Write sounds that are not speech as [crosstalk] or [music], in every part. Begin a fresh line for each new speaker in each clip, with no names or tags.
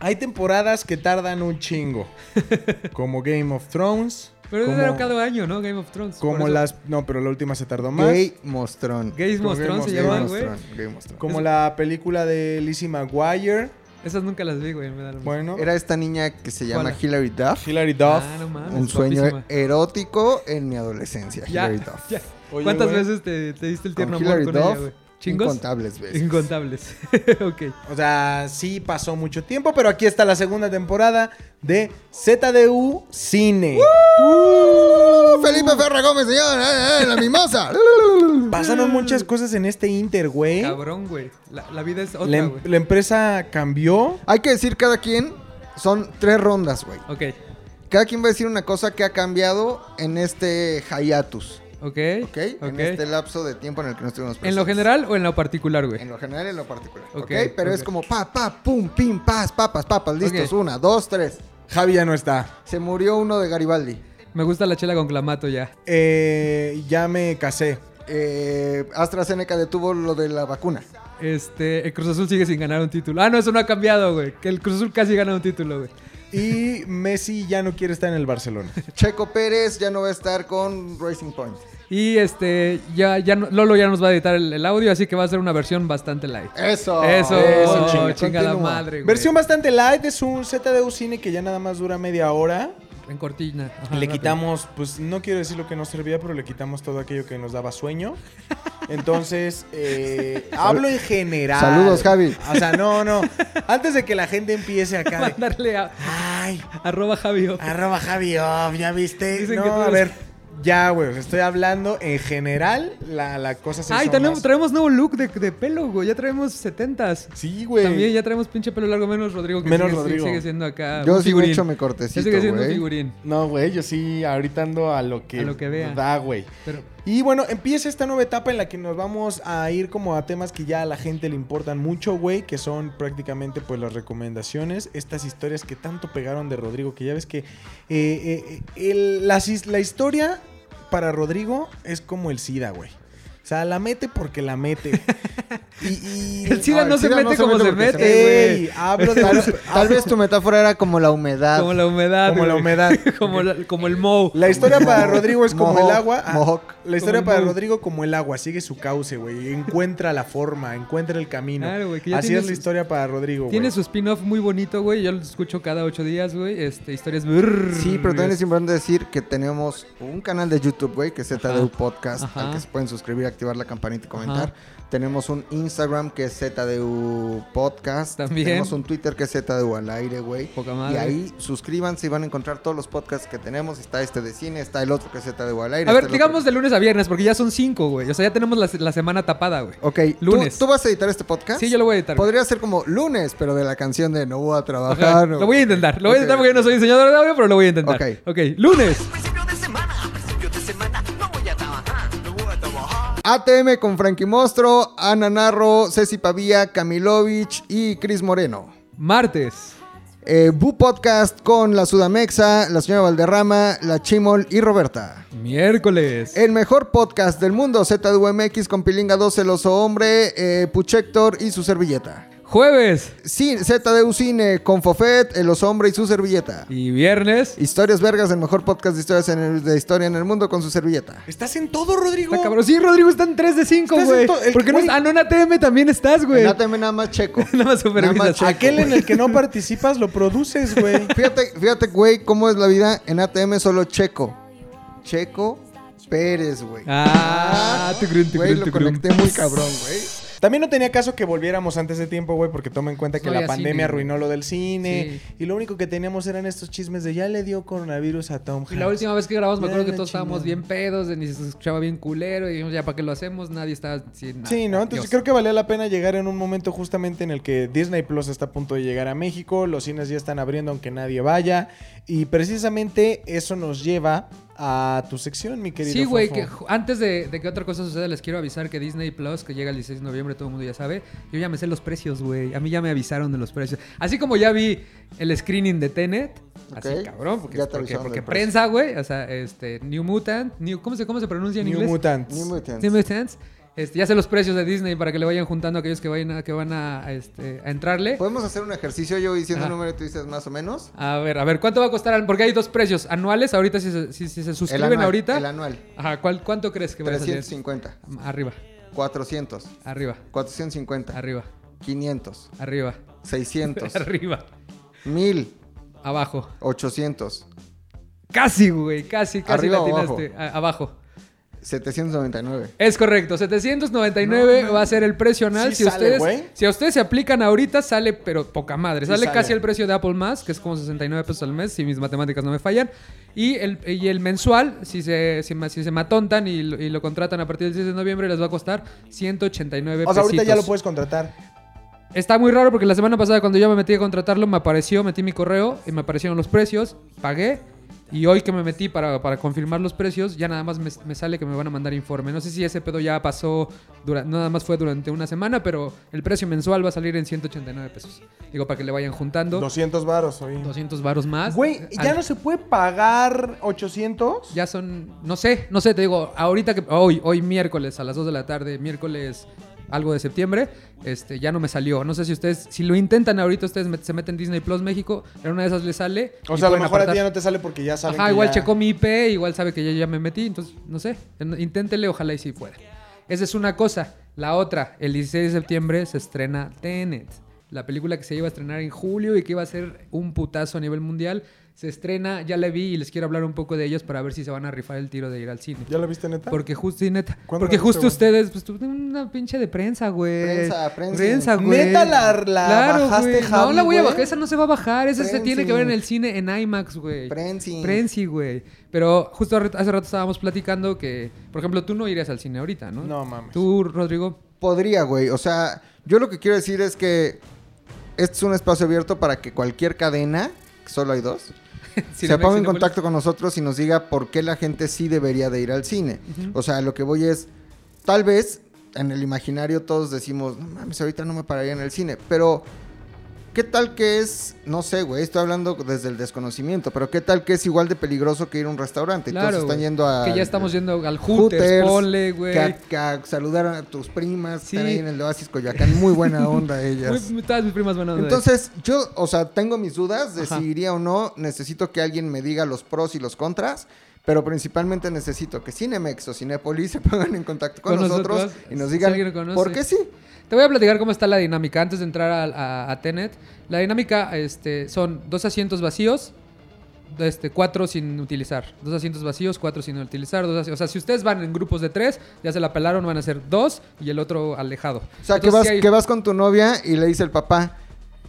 Hay temporadas que tardan un
[laughs]
chingo. Como Game of Thrones.
Pero
como,
eso era cada año, ¿no? Game of Thrones. por
como
eso.
las. No, pero la última se tardó más.
Gay Mostrón.
Gays
como
Mostrón
Game
se
of- Game
llaman,
of
güey.
Gay Mostrón.
Como la película de Lizzie McGuire.
Esas nunca las vi, güey. Me da lo mismo.
Bueno.
Era esta niña que se llama
¿Cuál?
Hilary Duff.
Hilary Duff.
Ah, no mames,
Un sueño
guapísima.
erótico en mi adolescencia.
Ya,
Hilary Duff.
ya.
Oye,
¿Cuántas
güey,
veces te, te diste el
Con
tierno amor
Hilary
con ella,
Duff,
güey? ¿Chingos?
incontables veces.
Incontables. [laughs] ok.
O sea, sí pasó mucho tiempo, pero aquí está la segunda temporada de ZDU Cine.
¡Uh, Felipe Ferra Gómez, señor, eh, eh, la mimosa. [laughs]
Pasaron muchas cosas en este Inter, güey.
Cabrón, güey. La, la vida es
La,
otra,
em-
güey.
la empresa cambió.
Hay que decir cada quien, son tres rondas, güey.
Ok.
Cada quien va a decir una cosa que ha cambiado en este hiatus,
Ok.
¿ok?
ok.
En este lapso de tiempo en el que no
¿En
estuvimos
lo
presentes.
general o en lo particular, güey?
En lo general y en lo particular, ¿ok?
Ok,
Pero
ok.
es como pa, pa, pum, pim, pas, papas, papas, listos.
Ok.
Una, dos, tres.
Javi ya no está.
Se murió uno de Garibaldi.
Me gusta la chela con clamato ya.
Eh, ya me casé.
Eh, AstraZeneca detuvo lo de la vacuna.
Este, el Cruz Azul sigue sin ganar un título. Ah, no, eso no ha cambiado, güey. Que el Cruz Azul casi gana un título, güey.
Y Messi ya no quiere estar en el
[laughs]
Barcelona.
Checo Pérez ya no va a estar con Racing Point.
Y este, ya, ya no- Lolo ya nos va a editar el, el audio, así que va a ser una versión bastante light.
Oh, Eso.
Eso,
eso, chinga.
chingada
Continúa.
madre, güey.
Versión bastante light es un ZDU Cine que ya nada más dura media hora.
En cortina. Ajá,
le
rápido.
quitamos, pues no quiero decir lo que nos servía, pero le quitamos todo aquello que nos daba sueño. Entonces, eh, hablo en general.
Saludos, Javi.
O sea, no, no. Antes de que la gente empiece acá. de, Ah,
Mandarle a
Ay,
arroba Javio.
arroba Javi, oh, ya viste.
Dicen
no,
que tú
a
eres-
ver. Ya, güey, os estoy hablando en general. La, la cosa se
Ay,
hizo
tenemos-
más-
traemos nuevo look de, de pelo, güey. Ya traemos setentas.
Sí, güey.
También ya traemos pinche pelo largo, menos Rodrigo. Que
Menos
sigue,
Rodrigo.
Sigue siendo acá.
Yo
un
sigo
figurín.
hecho mi
Yo
cortecito,
sigue siendo un
güey.
figurín.
No, güey, yo sí ahorita ando a lo que,
A lo que vea.
da, güey.
Pero,
Y bueno, empieza esta nueva etapa en la que nos vamos a ir como a temas que ya a la gente le importan mucho, güey, que son prácticamente pues las recomendaciones, estas historias que tanto pegaron de Rodrigo, que ya ves que eh, eh, eh, el- las his- la, historia para Rodrigo es como el SIDA, güey. O sea, la mete porque la
[laughs]
mete. y, y-
el SIDA
el
no se
SIDA
mete
no se
como
mete
se
porque se
mete,
Ey,
güey.
hablo de...
[laughs]
Tal, tal vez tu metáfora era como la humedad.
Como la humedad.
Como la
güey.
humedad.
[laughs] como, la- como el moho.
La historia para Rodrigo es como
Mohawk,
el agua. Ah,
Mohawk.
La historia
Como el
para
Mohawk.
Rodrigo como el agua, sigue su cauce, güey. Encuentra la forma, encuentra el camino.
Claro, güey, que ya
Así
tiene
es la
su-
historia para Rodrigo,
Tiene
güey.
su spin-off muy bonito, güey. Yo lo escucho cada ocho días, güey. Este, historias. brrr.
Sí, pero también es importante decir que tenemos un canal de YouTube, güey, que es ZDU
Ajá.
Podcast,
Ajá.
al que se pueden suscribir, activar la campanita y comentar.
Ajá.
Tenemos un Instagram que es ZDU Podcast.
También.
Tenemos un Twitter que es ZDU al aire, güey.
Poca
Y
madre.
ahí suscríbanse y van a encontrar todos los podcasts que tenemos. Está este de cine, está el otro que es ZDU al aire.
A ver,
está el otro-
digamos de lunes a viernes, porque ya son cinco, güey. O sea, ya tenemos la, se- la semana tapada, güey.
Ok, ¿tú-
lunes.
¿Tú, vas a editar este podcast?
Sí, yo lo voy a editar. güey.
Podría ser como lunes, pero de la canción de ah, No voy a
Ajá,
trabajar. o-
Lo voy a intentar. Lo voy a
Ok,
intentar porque yo no soy diseñador de audio, pero lo voy a intentar.
Ok.
Ok. Lunes.
Principio de semana, principio de semana, no voy a trabajar, no voy a trabajar.
ATM con Frankie Mostro, Ana Narro, Ceci Pavía, Kamilovich y Cris Moreno.
Martes.
Eh, Bu Podcast con la Sudamexa, la señora Valderrama, la Chimol y Roberta.
Miércoles.
El mejor podcast del mundo, ZDUMX con Pilinga 12, el oso hombre, eh, Puchector y su servilleta.
Jueves.
Sí, ZDU Cine con Fofet, el oso hombre y su servilleta.
Y viernes.
Historias Vergas, el mejor podcast de, historias en el- de historia en el mundo con su servilleta.
Estás en todo, Rodrigo.
Está cabrón. Sí, Rodrigo, están 3 de 5,
Estás
güey.
en to- el-
¿Por qué no?
güey.
Ah, no, en ATM también estás, güey.
En ATM nada más checo.
[laughs] Nada más supervisas.
checo,
Aquel
güey.
en el que
[laughs]
no participas lo produces, güey.
Fíjate, fíjate, güey, cómo es la vida en ATM solo Checo. Checo Pérez, güey.
Ah, tucrum, tucrum,
Güey, lo
tucrum.
conecté muy cabrón, güey.
También no tenía caso que volviéramos antes de tiempo, güey, porque toma en cuenta que
Soy
la
a
pandemia
cine,
arruinó lo del cine.
Sí.
Y lo único que teníamos eran estos chismes de ya le dio coronavirus a Tom
Y la
Hanks.
última vez que grabamos me acuerdo que
Nada,
todos estábamos
chingada.
bien pedos, ni se escuchaba bien culero, y dijimos, ya, ¿para qué lo hacemos? Nadie está sin nada.
Sí, ¿no? Entonces creo que valía la pena llegar en un momento justamente en el que Disney Plus está a punto de llegar a México, los cines ya están abriendo aunque nadie vaya, y precisamente eso nos lleva a tu sección, mi querido.
Sí, güey,
Fofo.
que ju- antes de, de que otra cosa suceda, les quiero avisar que Disney Plus, que llega el 16 de noviembre, todo el mundo ya sabe. Yo ya me sé los precios, güey. A mí ya me avisaron de los precios. Así como ya vi el screening de Tenet. Así,
Ok.
cabrón, porque,
Ya te
porque,
avisaron
porque
del precio.
prensa, güey. O sea, este, New Mutant, New, ¿cómo, se, ¿cómo se pronuncia en
New
inglés?
Mutants.
Ni muy tenso.
New Mutants. Este, ya sé los precios de Disney para que le vayan juntando a aquellos que, vayan a- que van a, a, este, a entrarle.
¿Podemos hacer un ejercicio yo diciendo
Ajá.
un número y tú dices más o menos?
A ver, a ver, ¿cuánto va a costar? al- Porque hay dos precios anuales. Ahorita, si se, si- si se
El
suscriben
anual,
ahorita.
El anual.
Ajá, ¿cuál, ¿cuánto crees que va a salir?
350,
Arriba,
400,
arriba,
450,
arriba,
500,
arriba, [laughs]
600,
arriba,
1000,
abajo.
800,
Casi, güey, casi, casi
¿Arriba
la
o
atinaste. A- abajo.
799.
Es correcto, 799 va a ser el precio anual.
Sí
si,
sale,
ustedes,
güey.
si a ustedes se aplican ahorita, sale, pero poca
Sí
madre. Sale,
sale.
casi el precio de Apple Más, que es como 69 pesos al mes, si mis matemáticas no me fallan. Y el, y el mensual, si se, si, ma- si se matontan y, lo- y lo contratan a partir del 6 de noviembre, les va a costar 189
O sea, ahorita ya
pesitos.
lo puedes contratar.
Está muy raro porque la semana pasada cuando yo me metí a contratarlo me apareció, metí mi correo y me aparecieron los precios, pagué y hoy que me metí para, para confirmar los precios ya nada más me, me sale que me van a mandar informe. No sé si ese pedo ya pasó, dura- nada más fue durante una semana, pero el precio mensual va a salir en 189 pesos. Digo, para que le vayan juntando
200 varos, oye.
200 varos más. eh,
Güey, ¿ya
Al-
no se puede pagar 800?
ya son, no sé, no sé, te digo, ahorita que hoy, hoy miércoles a las 2 de la tarde, miércoles algo de septiembre, este ya no me salió. No sé si ustedes, si lo intentan ahorita, ustedes met- se meten Disney Plus México, en una de esas les sale.
O
y
sea, a lo
pueden
mejor a ti
apartar.
ya no te sale porque ya sabes.
Ajá, igual checó mi IP, igual sabe que yo ya me metí, entonces, no sé, en- inténtele, ojalá y si fuera. Esa es una cosa. La otra, el 16 de septiembre se estrena Tenet, la película que se iba a estrenar en julio y que iba a ser un putazo a nivel mundial. Se estrena, ya la vi y les quiero hablar un poco de ellos para ver si se van a rifar el tiro de ir al cine.
¿Ya lo viste, neta?
Porque justo, sí, neta,
¿Cuándo
porque
la viste,
justo
güey?
ustedes, pues tú una pinche de prensa, güey.
Prensa, prensa.
güey.
¿Neta la- la bajaste,
güey. No
Javi,
la voy a
güey?
bajar, esa no se va a bajar, esa se tiene que ver en
Prensing.
el cine, en IMAX, güey.
Prensing.
Prensi, güey. Pero justo hace hace rato estábamos platicando que, por ejemplo, tú no irías al cine ahorita, ¿no?
No mames.
Tú, Rodrigo,
Podría, güey. O sea, yo lo que quiero decir es que este es un espacio abierto para que cualquier cadena, que solo hay dos, se
Cinemex,
ponga en
Cinépolis.
contacto con nosotros y nos diga por qué la gente sí debería de ir al cine. O sea, lo que voy es, tal vez en el imaginario todos decimos, no mames, ahorita no me pararía en el cine, pero ¿qué tal que es, no sé, güey, estoy hablando desde el desconocimiento, pero qué tal que es igual de peligroso que ir a un restaurante?
Claro,
Entonces están
güey.
yendo a...
que ya estamos yendo al Hooters,
Hooters,
ponle, güey.
que a, que a saludar a tus primas,
Sí.
están ahí en el Oasis Coyoacán, muy
[laughs]
buena onda
Muy-
ellas.
muy- Todas mis primas van a
Entonces, yo, o sea, tengo mis dudas de
Ajá.
si iría o no. Necesito que alguien me diga los pros y los contras. Pero principalmente necesito que Cinemex o Cinepolis [laughs] se pongan en contacto con,
Con
nosotros,
nosotros,
y nos
si
digan
alguien conoce.
por qué sí.
Te voy a platicar cómo está la dinámica antes de entrar a, a- a Tenet. La dinámica este, son dos asientos vacíos, este, cuatro sin utilizar. Dos asientos vacíos, cuatro sin utilizar. Dos asi- o sea, si ustedes van en grupos de tres, ya se la pelaron, van a ser dos y el otro alejado.
O sea, que
Entonces,
vas,
sí hay-
que vas con tu novia y le dice el papá,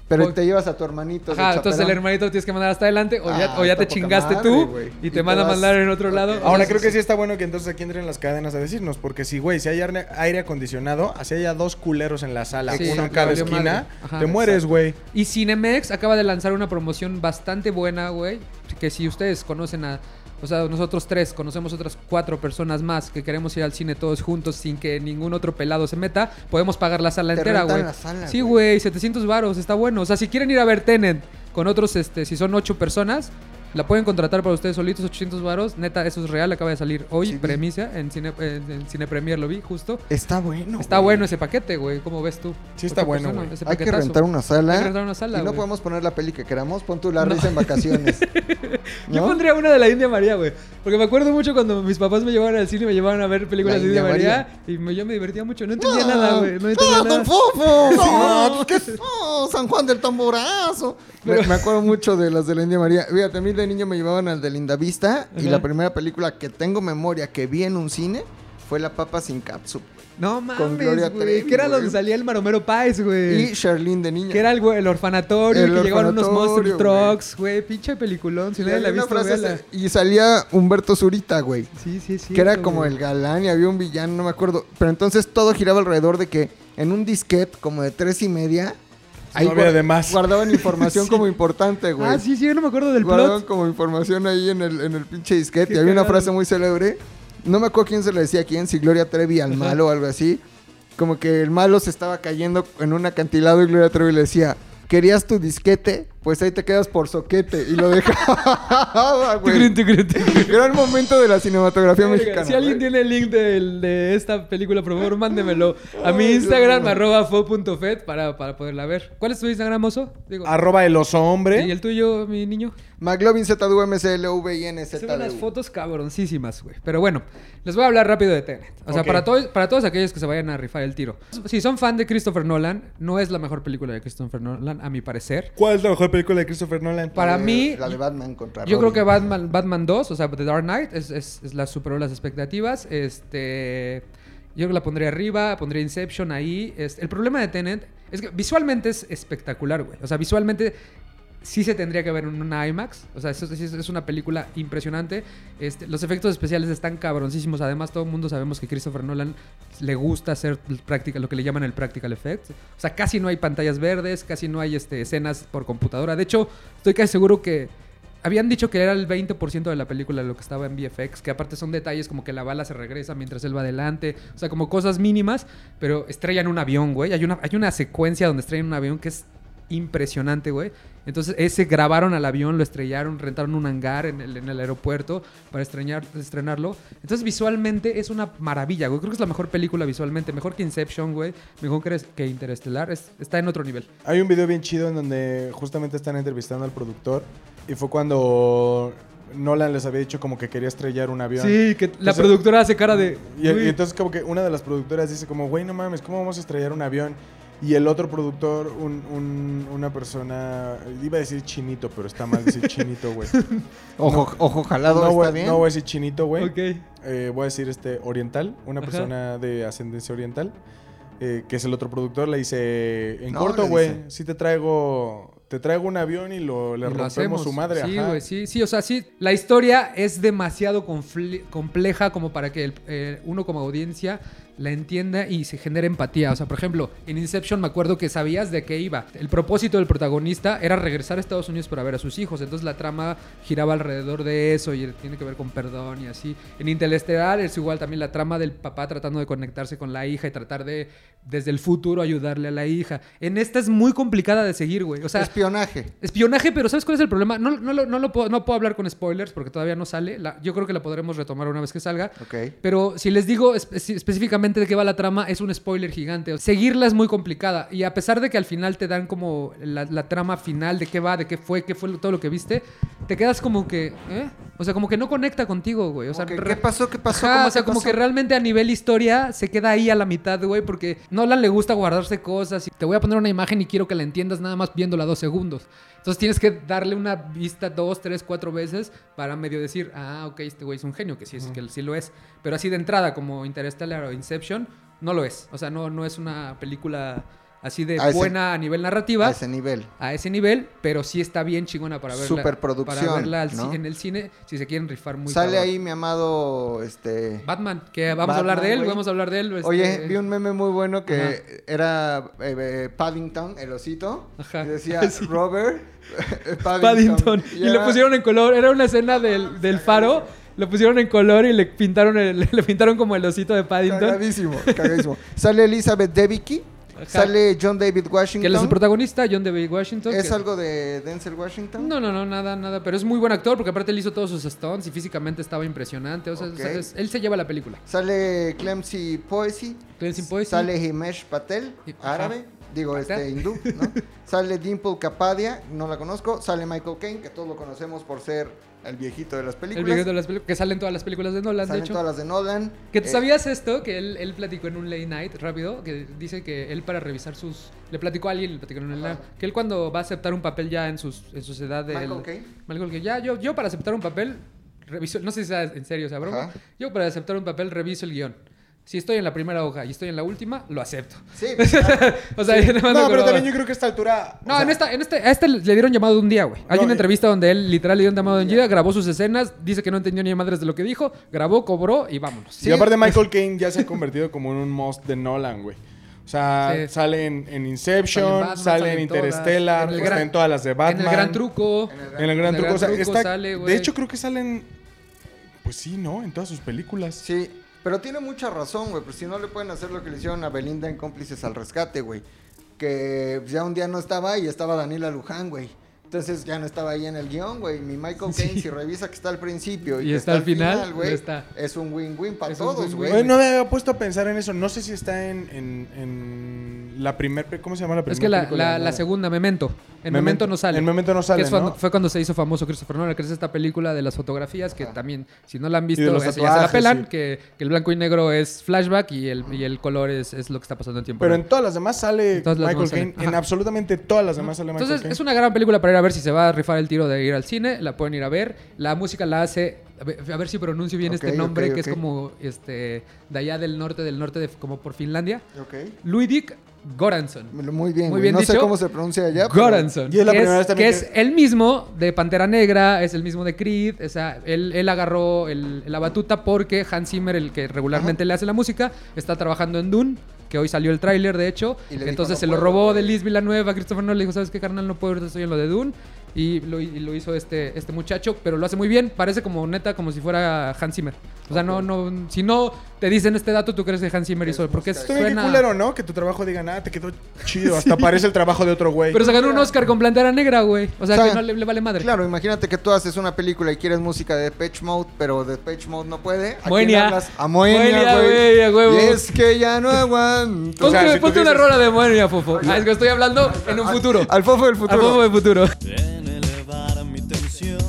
pero
Voy.
te llevas a tu hermanito. de
Ajá, entonces el
chaperón.
hermanito lo tienes que mandar hasta adelante o ya,
Ah,
o ya te
está poca
chingaste
madre,
tú
güey.
y
Y
te
te
manda a
vas-
mandar en otro lado.
Ok.
Ahora creo que sí está bueno que entonces aquí entren las cadenas a decirnos, porque si, güey, si hay arne- aire acondicionado, así haya dos culeros en la sala,
Sí,
uno en
exacto,
cada
valió
esquina,
madre. Ajá,
te mueres, güey.
Y Cinemex acaba de lanzar una promoción bastante buena, güey. Que si ustedes conocen a. O sea, nosotros tres conocemos otras cuatro personas más que queremos ir al cine todos juntos sin que ningún otro pelado se meta. Podemos pagar la sala
Te
entera,
rentan
güey.
la sala,
Sí,
güey.
güey, 700 varos, está bueno. O sea, si quieren ir a ver Tenet con otros, este, si son ocho personas, la pueden contratar para ustedes solitos, 800 varos. Neta, eso es real, acaba de salir hoy,
Sí, vi.
premisa, en cine, en- en Cine Premier lo vi, justo.
Está bueno.
Está
güey.
bueno ese paquete, güey. ¿Cómo ves tú?
Sí está
Ocho
bueno,
personas,
güey.
ese
Hay que
paquetazo.
rentar una sala.
Hay que rentar una sala,
Y no
güey.
podemos poner la peli que queramos. Pon tu la risa en vacaciones.
Yo
¿No?
pondría una de la India María, güey. Porque me acuerdo mucho cuando mis papás me llevaban al cine y me llevaban a ver películas
La
de India
India
María.
María.
Y me- yo me divertía mucho. [laughs] No entendía nada, güey. No entendía
¡Ah,
nada.
don Fofo!
No.
No, pues, ¿qué es? Oh, ¡San Juan del Tamborazo! Me, me acuerdo mucho de las de la India María. Fíjate, a mí de niño me llevaban al de Linda Vista. Y
Ajá.
la primera película que tengo memoria que vi en un cine fue La Papa sin Catsup.
No
Con Gloria
mames, güey.
Trevi,
Que era
güey.
donde salía el Maromero Páez,
Y
güey.
Charlene de niño.
Que era el, güey, el orfanatorio.
El
que llegaban unos
orfanatorio,
monster trucks, güey. Pinche peliculón. Si
Y,
nadie la ha
había una
visto,
frase
véala.
así- y salía Humberto Zurita, güey.
Sí, sí, sí.
que era como el galán y había un villano, no me acuerdo. Pero entonces todo giraba alrededor de que en un disquete como de tres y media...
No había de más.
Guardaban
[laughs]
información
Sí.
como importante, güey.
Ah, sí, sí. Yo no me acuerdo del
guardaron
plot.
como información ahí en el, en el pinche disquete.
Qué
Y había una
cagado.
frase muy célebre. No me acuerdo quién se le decía a quién, si Gloria Trevi al malo o algo así. Como que el malo se estaba cayendo en un acantilado y Gloria Trevi le decía, ¿querías tu disquete? pues ahí te quedas por soquete. Y lo dejaba, [laughs] güey.
Tigrín, tigrín, tigrín.
Gran momento de la cinematografía mexicana.
si alguien
güey.
tiene el link del- de esta película, por favor, mándemelo a mi Instagram, arroba fo.fed, para, para poderla ver. ¿Cuál es tu Instagram, oso? Digo,
Arroba el oso hombre.
¿Y el tuyo, mi niño?
McLovin ZUMCLVINZDU.
Son unas
Eh,
fotos cabroncísimas, güey. Pero bueno, les voy a hablar rápido de Tenet. O sea,
Ok.
para, todos, para todos aquellos que se vayan a rifar el tiro. Si son fan de Christopher Nolan, no es la mejor película de Christopher Nolan, a mi parecer.
¿Cuál es la mejor película de Christopher Nolan?
Para-
La de-
mí-
Eh, La de Batman contra
Yo creo
Robin.
que Batman, Batman 2, o sea, The Dark Knight, es, es- es la superó las expectativas. Este, yo creo que la pondría arriba, pondría Inception ahí. Este, el problema de Tenet es que visualmente es espectacular, güey. O sea, visualmente sí se tendría que ver en una IMAX. O sea, eso- es, es una película impresionante. Este, los efectos especiales están cabroncísimos. Además, todo el mundo sabemos que Christopher Nolan le gusta hacer el practical- lo que le llaman el practical effect. O sea, casi no hay pantallas verdes, casi no hay este, escenas por computadora. De hecho, estoy casi seguro que habían dicho que era el 20% de la película lo que estaba en VFX, que aparte son detalles como que la bala se regresa mientras él va adelante, o sea, como cosas mínimas, pero estrellan un avión, güey. Hay una, hay una secuencia donde estrellan un avión que es impresionante, güey. Entonces, ese grabaron al avión, lo estrellaron, rentaron un hangar en el, en el aeropuerto para estreñar- estrenarlo. Entonces, visualmente es una maravilla, güey. Creo que es la mejor película visualmente, mejor que Inception, güey. Mejor que, que Interestelar. Es- está en otro nivel.
Hay un video bien chido en donde justamente están entrevistando al productor y fue cuando Nolan les había dicho como que quería estrellar un avión.
Sí, que la
Entonces-
productora hace cara de...
Pues Y, y
"Uy".
entonces como que una de las productoras dice como, güey, no mames, ¿cómo vamos a estrellar un avión? Y el otro productor, un- un- una persona, iba a decir chinito, pero está mal
[laughs]
decir chinito, güey.
Ojo, ojo jalado,
No,
está
voy-
bien.
no voy a decir chinito, güey.
Ok.
Eh, voy a decir este oriental, una
Ajá.
persona de ascendencia oriental, eh, que es el otro productor, le dice, en
No,
corto,
le
güey,
dice.
si te traigo, te traigo un avión y lo, le
Y lo
rompemos
hacemos.
su madre,
Sí, [laughs]
ajá.
güey, sí, sí, o sea, sí. La historia es demasiado confl- compleja como para que el- eh, uno como audiencia la entienda y se genere empatía. O sea, por ejemplo, en Inception me acuerdo que sabías de qué iba. El propósito del protagonista era regresar a Estados Unidos para ver a sus hijos. Entonces la trama giraba alrededor de eso y tiene que ver con perdón y así. En Interestelar es igual también la trama del papá tratando de conectarse con la hija y tratar de desde el futuro ayudarle a la hija. En esta es muy complicada de seguir, güey. O sea,
Espionaje.
Espionaje, pero ¿sabes cuál es el problema? No, no, lo- no lo puedo, no puedo hablar con spoilers porque todavía no sale. La- yo creo que la podremos retomar una vez que salga.
Ok.
Pero si les digo espe- específicamente de qué va la trama, es un spoiler gigante. Seguirla es muy complicada. Y a pesar de que al final te dan como la, la trama final de qué va, de qué fue, qué fue lo- todo lo que viste, te quedas como que. ¿eh? O sea, como que no conecta contigo, güey. O sea,
Ok, ¿Qué
re-
pasó? ¿Qué pasó?
Ajá,
¿Cómo
o sea,
qué
como
pasó?
que realmente a nivel historia se queda ahí a la mitad, güey, porque Nolan le gusta guardarse cosas. Y te voy a poner una imagen y quiero que la entiendas nada más viéndola dos segundos. Entonces tienes que darle una vista dos, tres, cuatro veces para medio decir, ah, ok, este güey es un genio, que sí, es, que sí lo es. Pero así de entrada, como Interstellar o Inception, no lo es. O sea, no, no es una película así de
A ese-
buena a nivel narrativa
A ese nivel.
a ese nivel, pero sí está bien chingona para verla.
Superproducción,
Para verla al ci-
¿no?
en el cine, si se quieren rifar muy
Sale
cabrón.
ahí mi amado, este...
Batman, que vamos a hablar
Batman,
de él,
güey.
vamos a hablar de él. este-
Oye, vi un meme muy bueno que
Ajá.
era eh, eh, Paddington, el osito.
Ajá. [laughs]
Y decía Robert eh, Paddington.
Paddington. Y le
era-
pusieron en color, era una escena del, del faro, lo pusieron en color y le pintaron el- [laughs] le pintaron como el osito de Paddington.
Cagadísimo, cagadísimo. sale Elizabeth Debicki.
Ajá.
Sale John David
Que él es el
Washington.
protagonista, John David Washington.
¿Es
que-
algo de Denzel Washington?
No, no, no, nada, nada. Pero es muy buen actor porque aparte él hizo todos sus stunts y físicamente estaba impresionante. O sea,
Ok.
¿sabes? él se lleva la película.
Sale Clemcy Poesy.
Cleansing Poison.
Sale Himesh Patel,
Y- ajá.
árabe. Digo,
Patel.
este hindú,
[laughs]
¿no? Sale Dimple Kapadia, no la conozco. Sale Michael Caine, que todos lo conocemos por ser el viejito de las
el
películas.
video de las películas, que salen todas las películas de Nolan,
Salen
de hecho.
todas las de Nolan.
Que tú
Eh,
sabías esto, que él, él platicó en un late night rápido, que dice que él para revisar sus... Le platicó a alguien, le platicó en un late
Ajá.
night, que él cuando va a aceptar un papel ya en sus, en sus edad de...
Michael Caine.
Michael Caine, ya yo, yo para aceptar un papel, reviso, no sé si sea en serio, o sea, broma,
Ajá.
yo para aceptar un papel reviso el guión. Si estoy en la primera hoja y estoy en la última, lo acepto. [laughs]
Sí, pues,
o sea, yo
No,
[laughs] nada más me
pero
acordaba.
también yo creo que a esta altura... o
No,
sea,
en esta, en este, a este le dieron llamado de un día, güey. Hay
No,
una
eh,
entrevista donde él literal le dieron llamado de un día, grabó sus escenas, dice que no entendió ni madres de lo que dijo, grabó, cobró y vámonos.
Y aparte Michael Caine ya se ha convertido como en un must de Nolan, güey. O sea,
Sí.
sale en, en
Sale en
Inception,
Batman,
sale
sale
en
en todas.
Interstellar,
En el
está
gran-
en todas las de Batman.
En el gran truco.
En
[laughs]
el
En el gran
En el
truco.
Gran
o sea,
Truco
está-
sale, güey.
de hecho, creo que salen... Pues sí, ¿no? En todas sus películas.
Sí, pero tiene mucha razón, güey. Pero si no le pueden hacer lo que le hicieron a Belinda en Cómplices al Rescate, güey. Que ya un día no estaba y estaba Daniela Luján, güey. Entonces ya no estaba ahí en el guión, güey. Mi Michael
Sí.
Caine, si revisa que está al principio
Y
que
está al final,
güey,
no está.
es un win-win para
Es un
todos,
win-win.
güey.
Oye, no me había puesto a pensar en eso. No sé si está en, en- en la primera... ¿Cómo se llama la primera
Es que la,
película
la-
animada?
la segunda, Memento. En Memento,
Memento.
no sale.
En Memento no sale,
Que es cuando-
¿no?
Fue cuando se hizo famoso Christopher Nolan, que es esta película de las fotografías, que
Ajá.
también, si no la han
Ah. de
visto,
los
esa ya se la
tatuajes,
pelan,
sí.
que, que el blanco y negro es flashback y el, y el color es, es lo que está pasando en tiempo.
Pero
real.
en todas las demás sale
En todas las
Michael
demás sale.
Caine. En
Ajá.
absolutamente todas las demás sale Michael
Entonces,
Caine.
es una gran película para ir a ver si se va a rifar el tiro de ir al cine. La pueden ir a ver. La música la hace. A ver, a ver si pronuncio bien
Ok,
este nombre,
ok,
que es
ok.
como este, de allá del norte, del norte, de, como por Finlandia.
Ok.
Luidik Goranson.
Muy bien,
Muy
güey.
bien
no sé
dicho.
cómo se pronuncia allá. pero-
Goranson.
Y es la
que
primera
es,
vez también
que
que-
es el mismo de Pantera Negra, es el mismo de Creed. O sea, él, él agarró el- la batuta porque Hans Zimmer, el que regularmente le hace la música, está trabajando en Dune, que hoy salió el tráiler, de hecho.
Y le dijo,
Entonces
"No
se lo
puedo".
robó de Liz Villanueva, Christopher Nolan le dijo, ¿sabes qué, carnal? No puedo, ahorita estoy en lo de Dune. Y lo, y lo hizo este, este muchacho, pero lo hace muy bien. Parece como neta, como si fuera Hans Zimmer. O sea, no, no, si no te dicen este dato, tú crees que Hans Zimmer
Es
hizo. Porque
música.
Está bien que
suena...
culero, ¿no? Que tu trabajo diga, nada, te quedó chido.
[laughs]
Hasta parece el trabajo de otro güey.
Pero se ganó un Oscar con Pantera Negra, güey. O sea,
O sea,
que no le, le vale madre.
Claro, imagínate que tú haces una película y quieres música de Depeche Mode, pero Depeche Mode no puede. ¿A
Moenia.
quién hablas? A Moenia,
Moenia, güey, a huevo.
güey. Y es que ya no aguanto.
O sea,
Ponte,
si tú
ponte una
dices-
rola de Moenia, Fofo. Ah, es que estoy hablando en un futuro.
Al fofo
Al
del
Fofo
futuro.
del futuro.
En elevar mi tensión.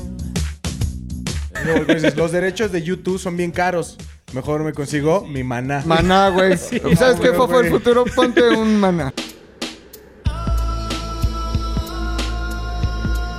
Y luego dices, los derechos de YouTube son bien caros. Mejor me consigo mi maná.
[laughs]
Maná, güey. ¿Sabes qué,
güey,
fofo del
güey.
futuro? Ponte un maná.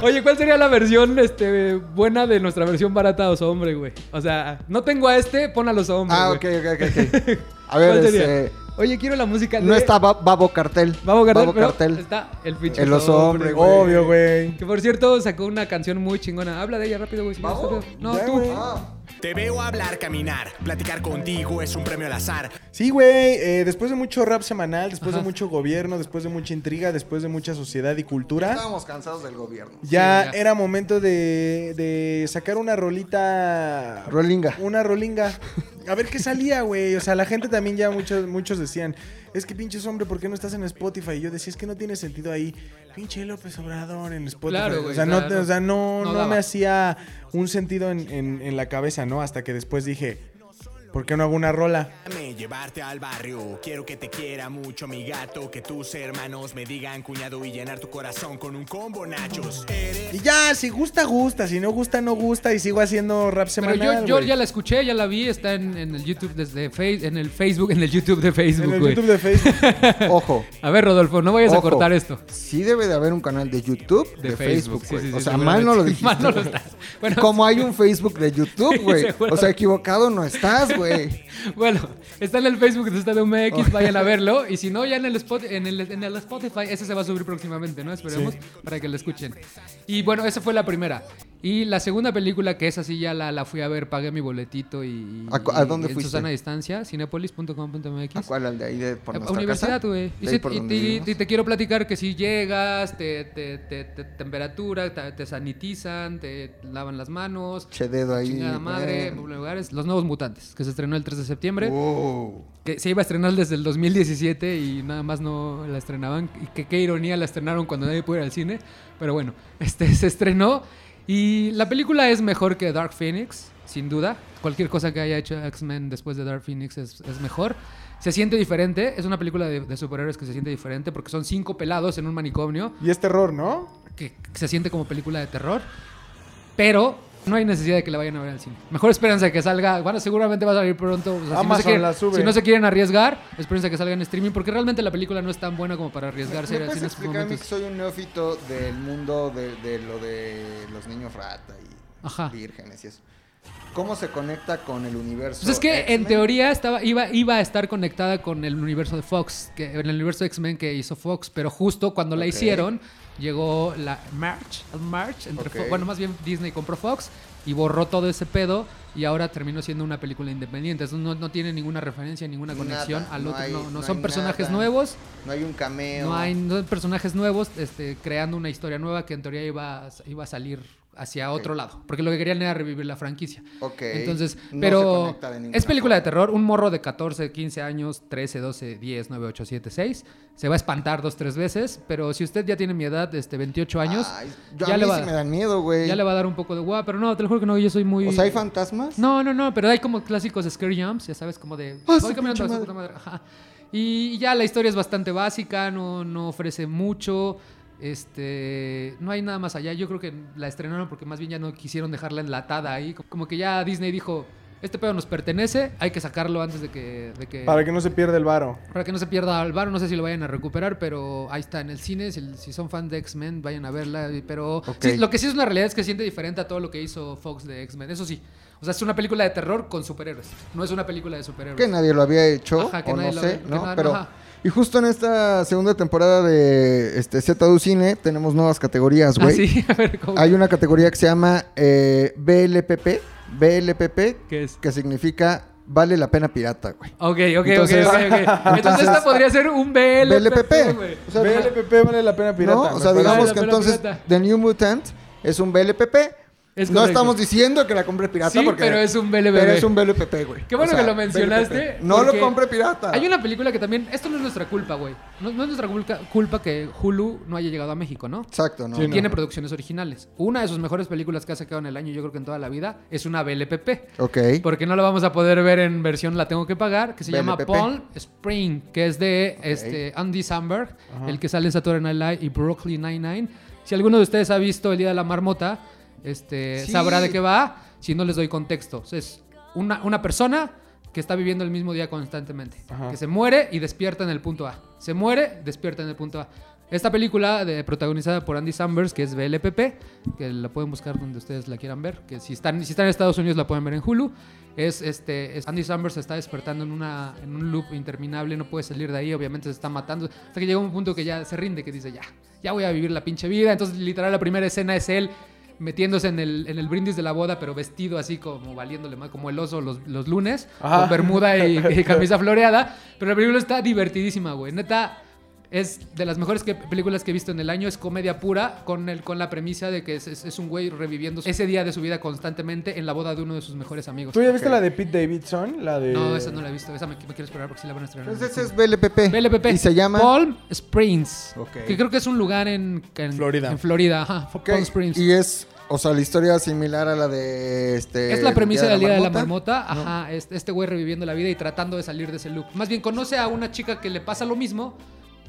Oye, ¿cuál sería la versión este, buena de nuestra versión barata oso hombre, güey? O sea, no tengo a este, pon a los hombre.
Ah,
güey.
ok, ok,
[laughs]
ok. ok. A
¿Cuál
ver,
sería?
este,
Oye, quiero la música.
no
de-
está Ba- Babo Cartel.
Vamos a
Babo
cartel.
Cartel.
Está el pinche.
El oso hombre, güey.
Obvio, güey.
Que por cierto sacó una canción muy chingona. Habla de ella rápido, güey. si quieres,
¿Babo?
rápido. No,
Ya,
tú.
güey.
Ah.
Te veo hablar, caminar, platicar contigo es un premio al azar.
Sí, güey. eh, después de mucho rap semanal, después
Ajá.
de mucho gobierno, después de mucha intriga, después de mucha sociedad y cultura,
Estábamos cansados del gobierno.
ya
Sí, ya.
era momento de, de sacar una rolita.
Rolinga.
[laughs]
Una rolinga. A ver qué salía, güey. O sea, la gente también ya muchos, muchos decían, es que pinches hombre, ¿por qué no estás en Spotify? Y yo decía, es que no tiene sentido ahí. Pinche López Obrador en Spotify.
Claro, güey,
o sea, no,
claro.
o sea, no,
No
no
daba.
me hacía un sentido en, en- en la cabeza, ¿no? Hasta que después dije, ¿por qué no hago una rola?
Déjame llevarte al barrio, quiero que te quiera mucho mi gato, que tus hermanos me digan cuñado y llenar tu corazón con un combo nachos. Eres
Y ya, si gusta, gusta. Si no gusta, no gusta. Y sigo haciendo rap
Pero
semanal.
yo, yo
güey.
ya la escuché, ya la vi, está en, en el YouTube desde Face, en el Facebook, en el YouTube de
En
Facebook,
el
güey.
YouTube de Facebook.
Ojo.
A ver, Rodolfo, no vayas a
Ojo,
cortar esto.
Sí debe de haber un canal de YouTube, Pues, de, Facebook,
sí,
güey.
sí, sí,
o sea, mal no
seguramente. [laughs]
lo dijiste.
Mal no lo
güey.
estás.
Y
Bueno,
como hay un Facebook de
[laughs]
YouTube,
Sí,
güey.
seguro.
o sea, equivocado no estás, güey.
[laughs] bueno, está en el Facebook de Estadio MX, vayan a verlo. Y si no, ya en el, spot, en el, en el Spotify, ese se va a subir próximamente, ¿no? Esperemos para que lo escuchen. Y bueno, esa fue la primera. Y la segunda película, que esa sí ya la, la fui a ver, pagué mi boletito y...
¿A cu- a dónde
en
fuiste?
Susana Distancia, cinepolis.com.mx.
¿A cuál? ¿Al de ahí de por
Eh,
nuestra
universidad,
casa?
güey. Y,
De ahí
sí-
por
y-
donde
y-
vivimos.
y te quiero platicar que si llegas, te, te, te- te- temperatura, te, te sanitizan, te lavan las manos.
Che dedo ahí, eh,
Chingada
güey.
madre, lugares. Los Nuevos Mutantes, que se estrenó el 3 de septiembre.
Oh. Wow.
Que se iba a estrenar desde el 2017 y nada más no la estrenaban. Y que qué ironía la estrenaron cuando nadie pudo ir al cine. Pero bueno, [laughs] este se estrenó. Y la película es mejor que Dark Phoenix, sin duda. Cualquier cosa que haya hecho X-Men después de Dark Phoenix es, es mejor. Se siente diferente. Es una película de, de superhéroes que se siente diferente porque son cinco pelados en un manicomio
Y es terror, ¿no?
que se siente como película de terror, pero no hay necesidad de que la vayan a ver al cine. Mejor espérense a que salga, bueno, seguramente va a salir pronto. o sea, si, no
Amazon
se quieren,
la sube.
si no se quieren arriesgar, espérense a que salga en streaming, porque realmente la película no es tan buena como para
¿Me
arriesgarse a ir al
puedes
cine en estos
explicar a mí que
momentos.
soy un neófito del mundo de, de lo de los niños rata y
Ajá.
vírgenes y eso? ¿Cómo se conecta con el universo?
Pues es que en
X-Men?
teoría estaba, iba, iba a estar conectada con el universo de Fox, que, en el universo de X-Men que hizo Fox, pero justo cuando la
Ok.
hicieron, llegó la March, el March entre
Ok.
Fo- bueno, más bien Disney compró Fox y borró todo ese pedo y ahora terminó siendo una película independiente. Entonces no, no tiene ninguna referencia, ninguna
Nada,
conexión al
no
otro.
hay-
no, no
no
son
hay
personajes
nada.
nuevos,
No hay un cameo.
no hay no hay personajes nuevos este, creando una historia nueva que en teoría iba, a- iba a salir hacia otro lado, porque lo que querían era revivir la franquicia.
Ok.
Entonces,
No se
pero
conecta de ninguna
es película de terror, un morro de 14, 15 años, 13, 12, 10, 9, 8, 7, 6, se va a espantar dos, tres veces, pero si usted ya tiene mi edad, este, 28 años,
Ay, yo- a
ya,
mí
le va,
sí me dan miedo, güey.
ya le va a dar un poco de guau, pero no, te lo juro que no, yo soy muy...
O sea, ¿hay fantasmas?
No, no, no, pero hay como clásicos scare jumps, ya sabes, como de...
Ah,
voy
su
caminando a
pinche
su puta madre. Ajá. Y ya la historia es bastante básica, no, no ofrece mucho. Este, no hay nada más allá. Yo creo que la estrenaron porque más bien ya no quisieron dejarla enlatada ahí. Como que ya Disney dijo, este pedo nos pertenece, hay que sacarlo antes de que... de que-
Para que no se pierda el varo.
para que no se pierda al varo, no sé si lo vayan a recuperar, pero ahí está en el cine. Si, si son fan de X-Men, vayan a verla. y- Pero
Ok.
sí, lo que sí es una realidad es que se siente diferente a todo lo que hizo Fox de X-Men. Eso sí. O sea, es una película de terror con superhéroes. No es una película de superhéroes.
Que nadie lo había hecho,
Ajá, que
o no
nadie lo
sé,
había- que
¿no?
nada-
Pero,
ajá.
y justo en esta segunda temporada de este, ZDU Cine tenemos nuevas categorías,
Ah,
güey.
sí, [laughs] a ver cómo.
Hay una categoría que se llama eh, BLPP, BLPP,
¿Qué es?
que significa Vale la Pena Pirata, güey.
Ok, ok,
Entonces-
ok, ok. ok. Entonces, esta podría ser un
BLPP,
BLPP, güey.
o sea,
BLPP vale la pena pirata.
¿no? O
me
sea,
parece.
digamos
Vale la
que
Pena
entonces
Pirata.
The New Mutant es un BLPP.
Es
no
correcto.
estamos diciendo que la compre pirata
Sí,
porque...
pero es un BLPP.
Pero es un BLPP, güey.
Qué bueno
O sea,
que lo mencionaste.
BLPP. No
porque
lo compre pirata.
Hay una película que también. Esto no es nuestra culpa, güey. No, no es nuestra culpa, culpa que Hulu no haya llegado a México, ¿no?
Exacto, ¿no?
Sí,
Y tiene producciones originales. Una de sus mejores películas que ha sacado en el año, yo creo que en toda la vida, es una BLPP.
Ok.
Porque no la vamos a poder ver en versión La Tengo que Pagar, que se llama
BLPP.
Paul Spring, que es de este, Andy Samberg, el que sale en Saturday Night Live y Brooklyn Nine-Nine. Si alguno de ustedes ha visto El Día de la Marmota, este,
Sí.
sabrá de qué va, si no les doy contexto. Es una, una persona que está viviendo el mismo día constantemente,
Ajá.
que se muere y despierta en el punto A. Se muere, despierta en el punto A. Esta película de- protagonizada por Andy Samberg, que es BLPP, que la pueden buscar donde ustedes la quieran ver, que si están, si están en Estados Unidos la pueden ver en Hulu, es este es- Andy Samberg se está despertando en, una, en un loop interminable, no puede salir de ahí, obviamente se está matando, hasta que llega un punto que ya se rinde, que dice ya, ya voy a vivir la pinche vida, entonces literal la primera escena es él metiéndose en el, en el brindis de la boda, pero vestido así como valiéndole más, como el oso los, los lunes,
Ajá.
con bermuda y,
[laughs]
y camisa floreada. Pero la película está divertidísima, güey. Neta, es de las mejores que- películas que he visto en el año. Es comedia pura, con, el, con la premisa de que es, es- es un güey reviviendo ese día de su vida constantemente en la boda de uno de sus mejores amigos.
¿Tú ya viste la de Pete Davidson? La de...
No, esa no la he visto. Esa me, me quiero esperar porque sí la van a estrenar.
Entonces ese es BLPP.
BLPP.
Y se llama...
Palm Springs.
Ok.
Que creo que es un lugar en, en
Florida.
En Florida, ajá.
Ok,
Palm Springs.
Y es, o sea, la historia similar a la de este.
Es la premisa del Día de la
Marmota.
Marmota. Ajá, este, este güey reviviendo la vida y tratando de salir de ese loop. Más bien conoce a una chica que le pasa lo mismo.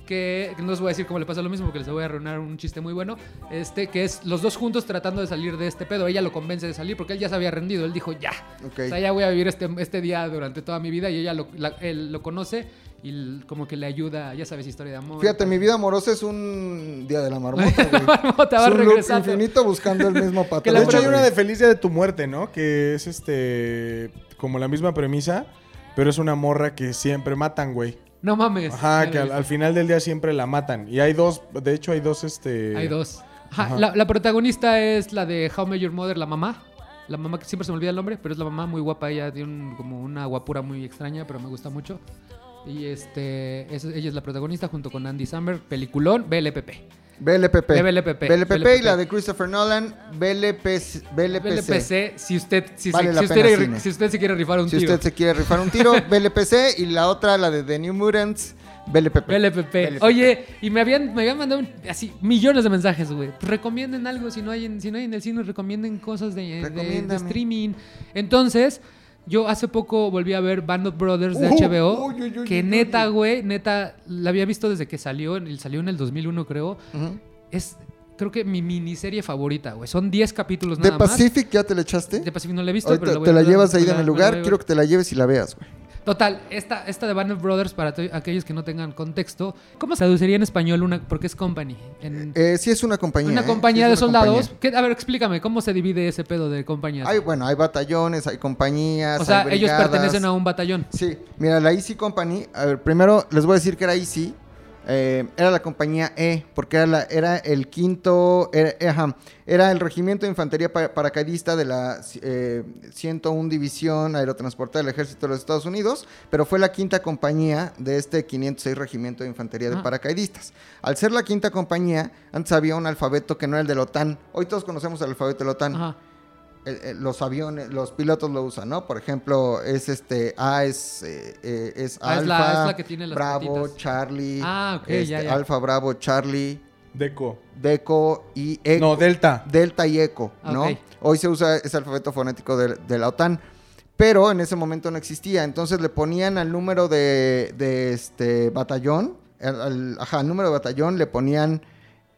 Que que no os voy a decir cómo le pasa lo mismo, porque les voy a arruinar un chiste muy bueno. Este, que es los dos juntos tratando de salir de este pedo. Ella lo convence de salir porque él ya se había rendido. Él dijo, ya.
Ok.
O sea, ya voy a vivir este, este día durante toda mi vida. Y ella lo, la- él lo conoce y l- como que le ayuda. Ya sabes, historia de amor. [laughs]
Fíjate, mi vida amorosa es un Día de la Marmota, güey.
Marmota,
Es
vas
un loop
regresando.
infinito buscando el mismo
Que
patrón.
De
la
hecho, hay
pre-
una de Feliz Día de tu Muerte, ¿no? Que es este. Como la misma premisa, pero es una morra que siempre matan, güey.
No mames.
Ajá,
Ya
que
la
al,
vi.
al final del día siempre la matan. Y hay dos, de hecho, hay dos, este.
Hay dos. Ajá, La, la protagonista es la de How Met Your Mother, la mamá. La mamá que siempre se me olvida el nombre, pero es la mamá muy guapa. Ella tiene un- como una guapura muy extraña, pero me gusta mucho. Y este, es- ella es la protagonista junto con Andy Samberg. Peliculón, BLPP.
BLPP.
De BLPP.
y la de Christopher Nolan, BLPC. BLPC.
BLPC, si usted, si, se-
Vale la
si usted,
pena
ri-
cine.
si usted se quiere rifar un
Si
tiro.
usted se quiere rifar
[laughs]
un tiro, BLPC. Y la otra, la de The New Mutants, BLPP.
BLPP.
BLPP.
Oye, y me habían, me habían mandado un- así millones de mensajes, güey. Recomienden algo si no hay en, si no hay en el cine, recomienden cosas de- de, de
Recomiéndame.
streaming. Entonces, yo hace poco volví a ver Band of Brothers de
Uh,
HBO.
uy, uy, uy,
que
uy,
neta, güey, neta, la había visto desde que salió, en- salió en el 2001, creo.
Ujú.
Es, creo que mi miniserie favorita, güey. Son 10 capítulos
¿The
nada más.
Pacific ya te la echaste?
De Pacific no la he visto, pero
Ahorita
la voy
te
a
la
ver,
llevas ahí
me
de mi
me voy
lugar.
a
Quiero
ver.
que te la lleves y la veas, güey.
Total, esta, esta de Band of Brothers, para to- aquellos que no tengan contexto, ¿cómo se traduciría en español una? Porque es company. En,
Eh, sí, es una compañía.
una
¿eh?
compañía
Sí
de
es una
soldados.
compañía.
¿Qué- a ver, explícame, ¿cómo se divide ese pedo de compañías?
Hay, bueno, hay batallones, hay compañías.
o sea,
hay
ellos
brigadas.
pertenecen a un batallón.
Sí, mira, la Easy Company. A ver, primero les voy a decir que era Easy. eh, era la compañía E, porque era, la- era el quinto, era, eh, ajá, era el regimiento de infantería pa- paracaidista de la eh, 101 División Aerotransportada del Ejército de los Estados Unidos, pero fue la quinta compañía de este 506 Regimiento de Infantería de
Ah.
Paracaidistas. Al ser la quinta compañía, antes había un alfabeto que no era el de la OTAN. Hoy todos conocemos el alfabeto de la OTAN
Ajá.
eh, eh, los aviones, los pilotos lo usan, ¿no? Por ejemplo, es este A es eh, eh, es
Ah,
Alfa,
es la- es la que tiene las
Bravo,
patitas.
Charlie,
Ah, ok, ya, ya.
Alfa, Bravo, Charlie,
Deco.
Deco y Eco.
No, Delta.
Delta y Eco,
Ah,
¿no?
ok.
Hoy se usa ese alfabeto fonético de, de la OTAN, pero en ese momento no existía. Entonces le ponían al número de, de este batallón, al, al- ajá, al número de batallón le ponían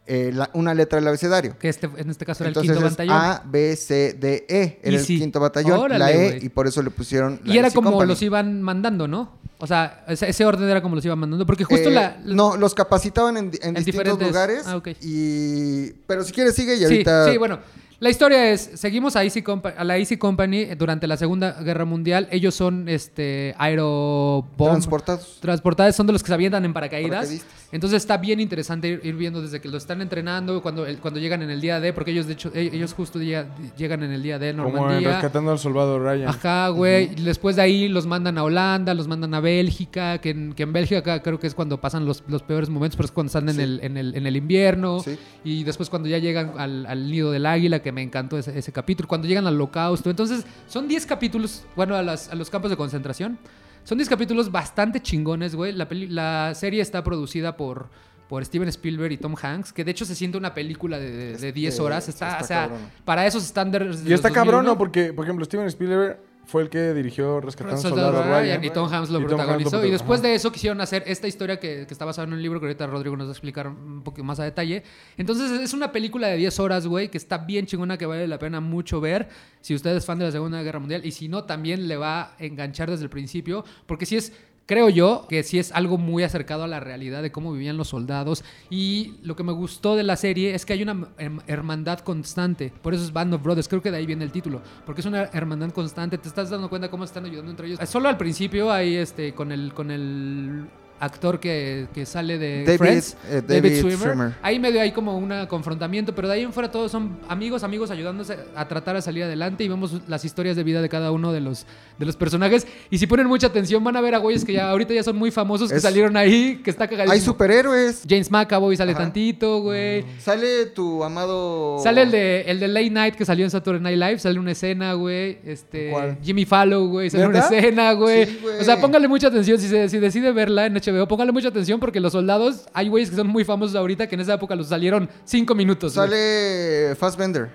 eh, la- una letra del abecedario.
Que este, en este caso era
Entonces
el quinto
es ah,
batallón.
A, B, C, D, E. Era
Easy.
el quinto batallón.
Órale,
la E,
güey.
y por eso le pusieron la
y era
Easy
como
Company.
los iban mandando, ¿no? O sea, ese, ese orden era como los iban mandando. Porque justo
Eh,
la.
No, los capacitaban en, di- en
En
distintos
diferentes-
lugares.
ah, ok.
y... Pero si quieres sigue y
sí,
ahorita...
sí, bueno. La historia es, seguimos a, Easy Compa- a la Easy Company eh, durante la Segunda Guerra Mundial. Ellos son este aerobomb,
Transportados.
transportadas son de los que se avientan en paracaídas.
Paracaidistas.
Entonces está bien interesante ir, ir viendo desde que lo están entrenando, cuando, el- cuando llegan en el día D, porque ellos de hecho, e- ellos justo ya llegan en el día D en
Como en
Normandía.
Rescatando al Soldado Ryan.
Ajá, güey. Y Después de ahí los mandan a Holanda, los mandan a Bélgica, que en, que en Bélgica creo que es cuando pasan los, los peores momentos, pero es cuando están en,
Sí.
el, en, el, en el invierno.
Sí.
Y después cuando ya llegan al, al nido del águila, que me encantó ese, ese capítulo, cuando llegan al holocausto. Entonces, son 10 capítulos, bueno, a, las- a los campos de concentración. Son 10 capítulos bastante chingones, güey. La, peli- la serie está producida por, por Steven Spielberg y Tom Hanks, que de hecho se siente una película de, de- de 10
Este,
horas.
sí,
Está,
está
o sea,
cabrón.
para esos estándares. de
Y está
los
cabrón,
2001.
¿no? Porque, por ejemplo, Steven Spielberg fue el que dirigió Rescatando al
Soldado
Soldado
Ryan,
Ryan.
y Tom Hanks lo
Y Tom Hanks lo
protagonizó. y
prota-
después
ajá.
de eso quisieron hacer esta historia que, que está basada en un libro que ahorita Rodrigo nos va a explicar un poquito más a detalle. Entonces es una película de 10 horas, güey, que está bien chingona, que vale la pena mucho ver. Si usted es fan de la Segunda Guerra Mundial y si no, también le va a enganchar desde el principio, porque si es... Creo yo que sí es algo muy acercado a la realidad de cómo vivían los soldados. Y lo que me gustó de la serie es que hay una herm- hermandad constante. Por eso es Band of Brothers. Creo que de ahí viene el título. Porque es una hermandad constante. Te estás dando cuenta cómo se están ayudando entre ellos. Eh, Solo al principio hay este con el con el actor que, que sale de
David,
Friends,
eh,
David,
David
Schwimmer.
Schwimmer.
Ahí medio hay como un confrontamiento, pero de ahí en fuera todos son amigos, amigos ayudándose a tratar a salir adelante y vemos las historias de vida de cada uno de los, de los personajes. Y si ponen mucha atención van a ver a güeyes que ya ahorita ya son muy famosos, que
Es-
salieron ahí, que está cagadísimo.
Hay superhéroes.
James McAvoy sale
Ajá.
tantito, güey.
Sale tu amado...
Sale el de, el de Late Night que salió en Saturday Night Live, sale una escena, güey. Este,
¿Cuál?
Jimmy Fallow, güey, sale
¿Neta?
una escena, güey.
Sí, güey.
o sea, póngale mucha atención si, se, si decide verla en HBO, póngale mucha atención porque los soldados, hay güeyes que son muy famosos ahorita que en esa época los salieron cinco minutos. güey.
Sale Fassbender.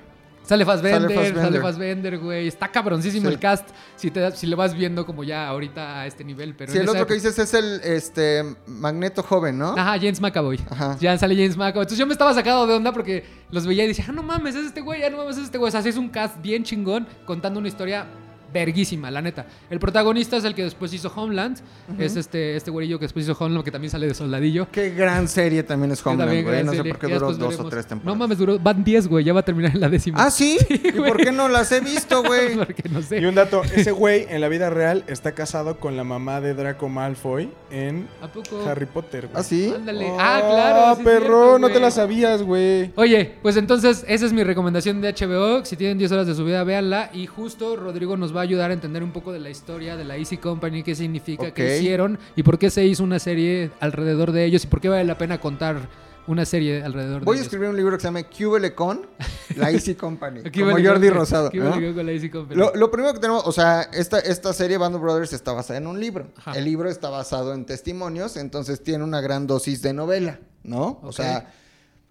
Sale Fassbender,
Sale
sale
Fassbender.
Fassbender, güey. Está cabroncísimo
Sí.
el cast si, te, si lo vas viendo como ya ahorita a este nivel. Pero
Si
en
el
esa
otro que
época-
dices es el este Magneto joven, ¿no?
Ajá, James McAvoy.
¿Ah? Ajá.
Ya sale James McAvoy. Entonces yo me estaba sacado de onda porque los veía y decía, ah, no mames, es este güey, ah, no mames, es este güey. O sea, sí es un cast bien chingón contando una historia verguísima, la neta. El protagonista es el que después hizo Homeland. Es este, este güerillo que después hizo Homeland, que también sale de soldadillo.
Qué gran serie también es
Que
Homeland,
también
güey.
gran
No sé
serie.
por qué
Ya
duró
después
dos o
veremos.
tres temporadas.
No mames, duró, van 10, güey, ya va a terminar en la décima. [laughs]
¿Ah, sí? ¿Y por qué no las he visto, güey?
Porque no
Y
sé.
un dato, ese güey en la vida real está casado con la mamá de Draco Malfoy en
¿A poco?
Harry Potter. güey.
¿Ah, sí?
Ándale. Oh. ah, claro.
Ah,
sí es
perro,
cierto,
no te
güey.
la sabías, güey.
Oye, pues entonces esa es mi recomendación de HBO. Si tienen 10 horas de su vida, véanla. Y justo Rodrigo nos va a ayudar a entender un poco de la historia de la Easy Company, qué significa,
Ok.
qué hicieron y por qué se hizo una serie alrededor de ellos y por qué vale la pena contar una serie alrededor de
Voy a
ellos.
escribir un libro que se llama QBL con
[laughs]
la Easy Company.
Aquí
como
vale
Jordi
con-
Rosado.
aquí
¿no?
vale con la Easy Company.
Lo, lo primero que tenemos, o sea, esta, esta serie Band of Brothers está basada en un libro.
Ajá.
El libro está basado en testimonios, entonces tiene una gran dosis de novela, ¿no? O
Ok.
sea,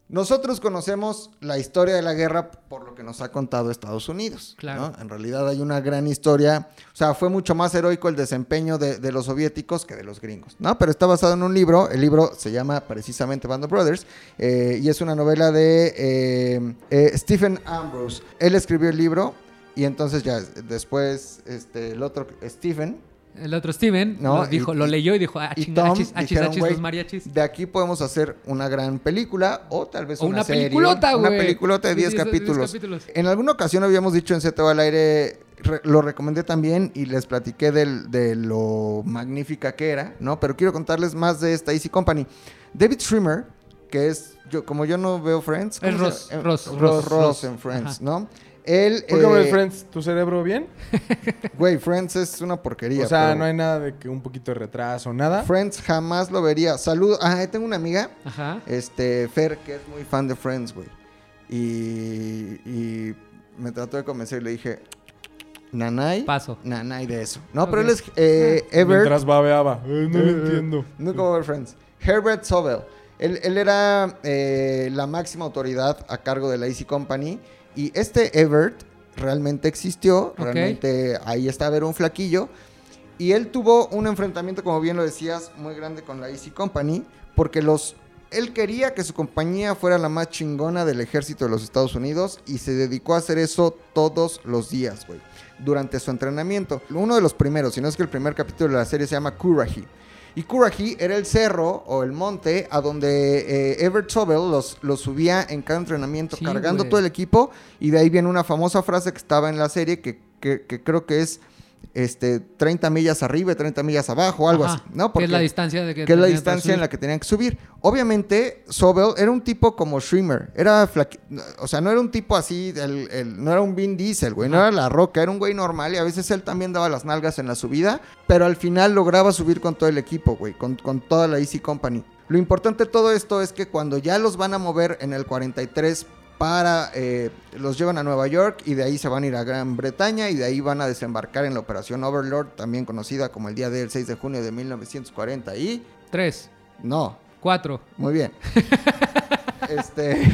nosotros conocemos la historia de la guerra por lo que nos ha contado Estados Unidos.
Claro.
¿no? En realidad hay una gran historia. O sea, fue mucho más heroico el desempeño de, de los soviéticos que de los gringos, ¿no? Pero está basado en un libro. El libro se llama precisamente Band of Brothers eh, y es una novela de eh, eh, Stephen Ambrose. Él escribió el libro y entonces ya después este, el otro, Stephen,
El otro Steven
No,
nos dijo,
y-
lo leyó y dijo, ah,
Y
chinga,
Tom
achis, achis,
dijeron,
achis,
"Güey,
los mariachis.
De aquí podemos hacer una gran película o tal vez
O
una,
una
serie,
peliculota,
Una
güey.
peliculota de
Sí,
10
sí, es de 10
capítulos.
capítulos.
En alguna ocasión habíamos dicho en CTO al aire, re- lo recomendé también y les platiqué del- de lo magnífica que era, ¿no? Pero quiero contarles más de esta Easy Company. David Schwimmer, que es, yo, como yo no veo Friends. ¿cómo
Es
se
Ross,
llama? Eh,
Ross,
Ross,
Ross, Ross.
en Friends,
Ajá.
¿no? Él,
¿Por qué, hombre,
eh,
Friends, tu cerebro bien?
güey, Friends es una porquería.
o sea,
pero
no hay nada de que un poquito de retraso, nada.
Friends jamás lo vería. Saludos. Ah, tengo una amiga
Ajá.
este, Fer, que es muy fan de Friends, güey. Y, y me trató de convencer y le dije, Nanay.
Paso.
Nanay de eso. No,
Ok.
pero él es eh, Ever.
Mientras babeaba. Eh, no lo
Eh,
entiendo.
Nunca voy a ver Friends. Herbert Sobel. Él, él era eh, la máxima autoridad a cargo de la Easy Company. Y este Everett realmente existió.
Ok.
Realmente ahí estaba, era un flaquillo. Y él tuvo un enfrentamiento, como bien lo decías, muy grande con la Easy Company. Porque los. Él quería que su compañía fuera la más chingona del ejército de los Estados Unidos y se dedicó a hacer eso todos los días, güey. Durante su entrenamiento. Uno de los primeros, si no es que el primer capítulo de la serie se llama Courage. Y Courage era el cerro o el monte a donde eh, Everett Sobel los, los subía en cada entrenamiento,
Sí,
cargando
güey.
todo el equipo. Y de ahí viene una famosa frase que estaba en la serie que, que- que creo que es este, 30 millas arriba y 30 millas abajo, algo
Ajá,
así. ¿no?
Que es la
Porque-
distancia de que...
que es
tenían
la
para
distancia en
subir.
la que tenían que subir. Obviamente, Sobel era un tipo como Schwimmer. Era flaqui- O sea, no era un tipo así, el- el- no era un Vin Diesel, güey. No era la roca, era un güey normal. Y a veces él también daba las nalgas en la subida. Pero al final lograba subir con todo el equipo, güey. Con, con toda la Easy Company. Lo importante de todo esto es que cuando ya los van a mover en el 43 para... eh, los llevan a Nueva York y de ahí se van a ir a Gran Bretaña y de ahí van a desembarcar en la Operación Overlord, también conocida como el día del 6 de junio de 1940 y...
Tres,
No,
cuatro.
muy bien.
[laughs]
este,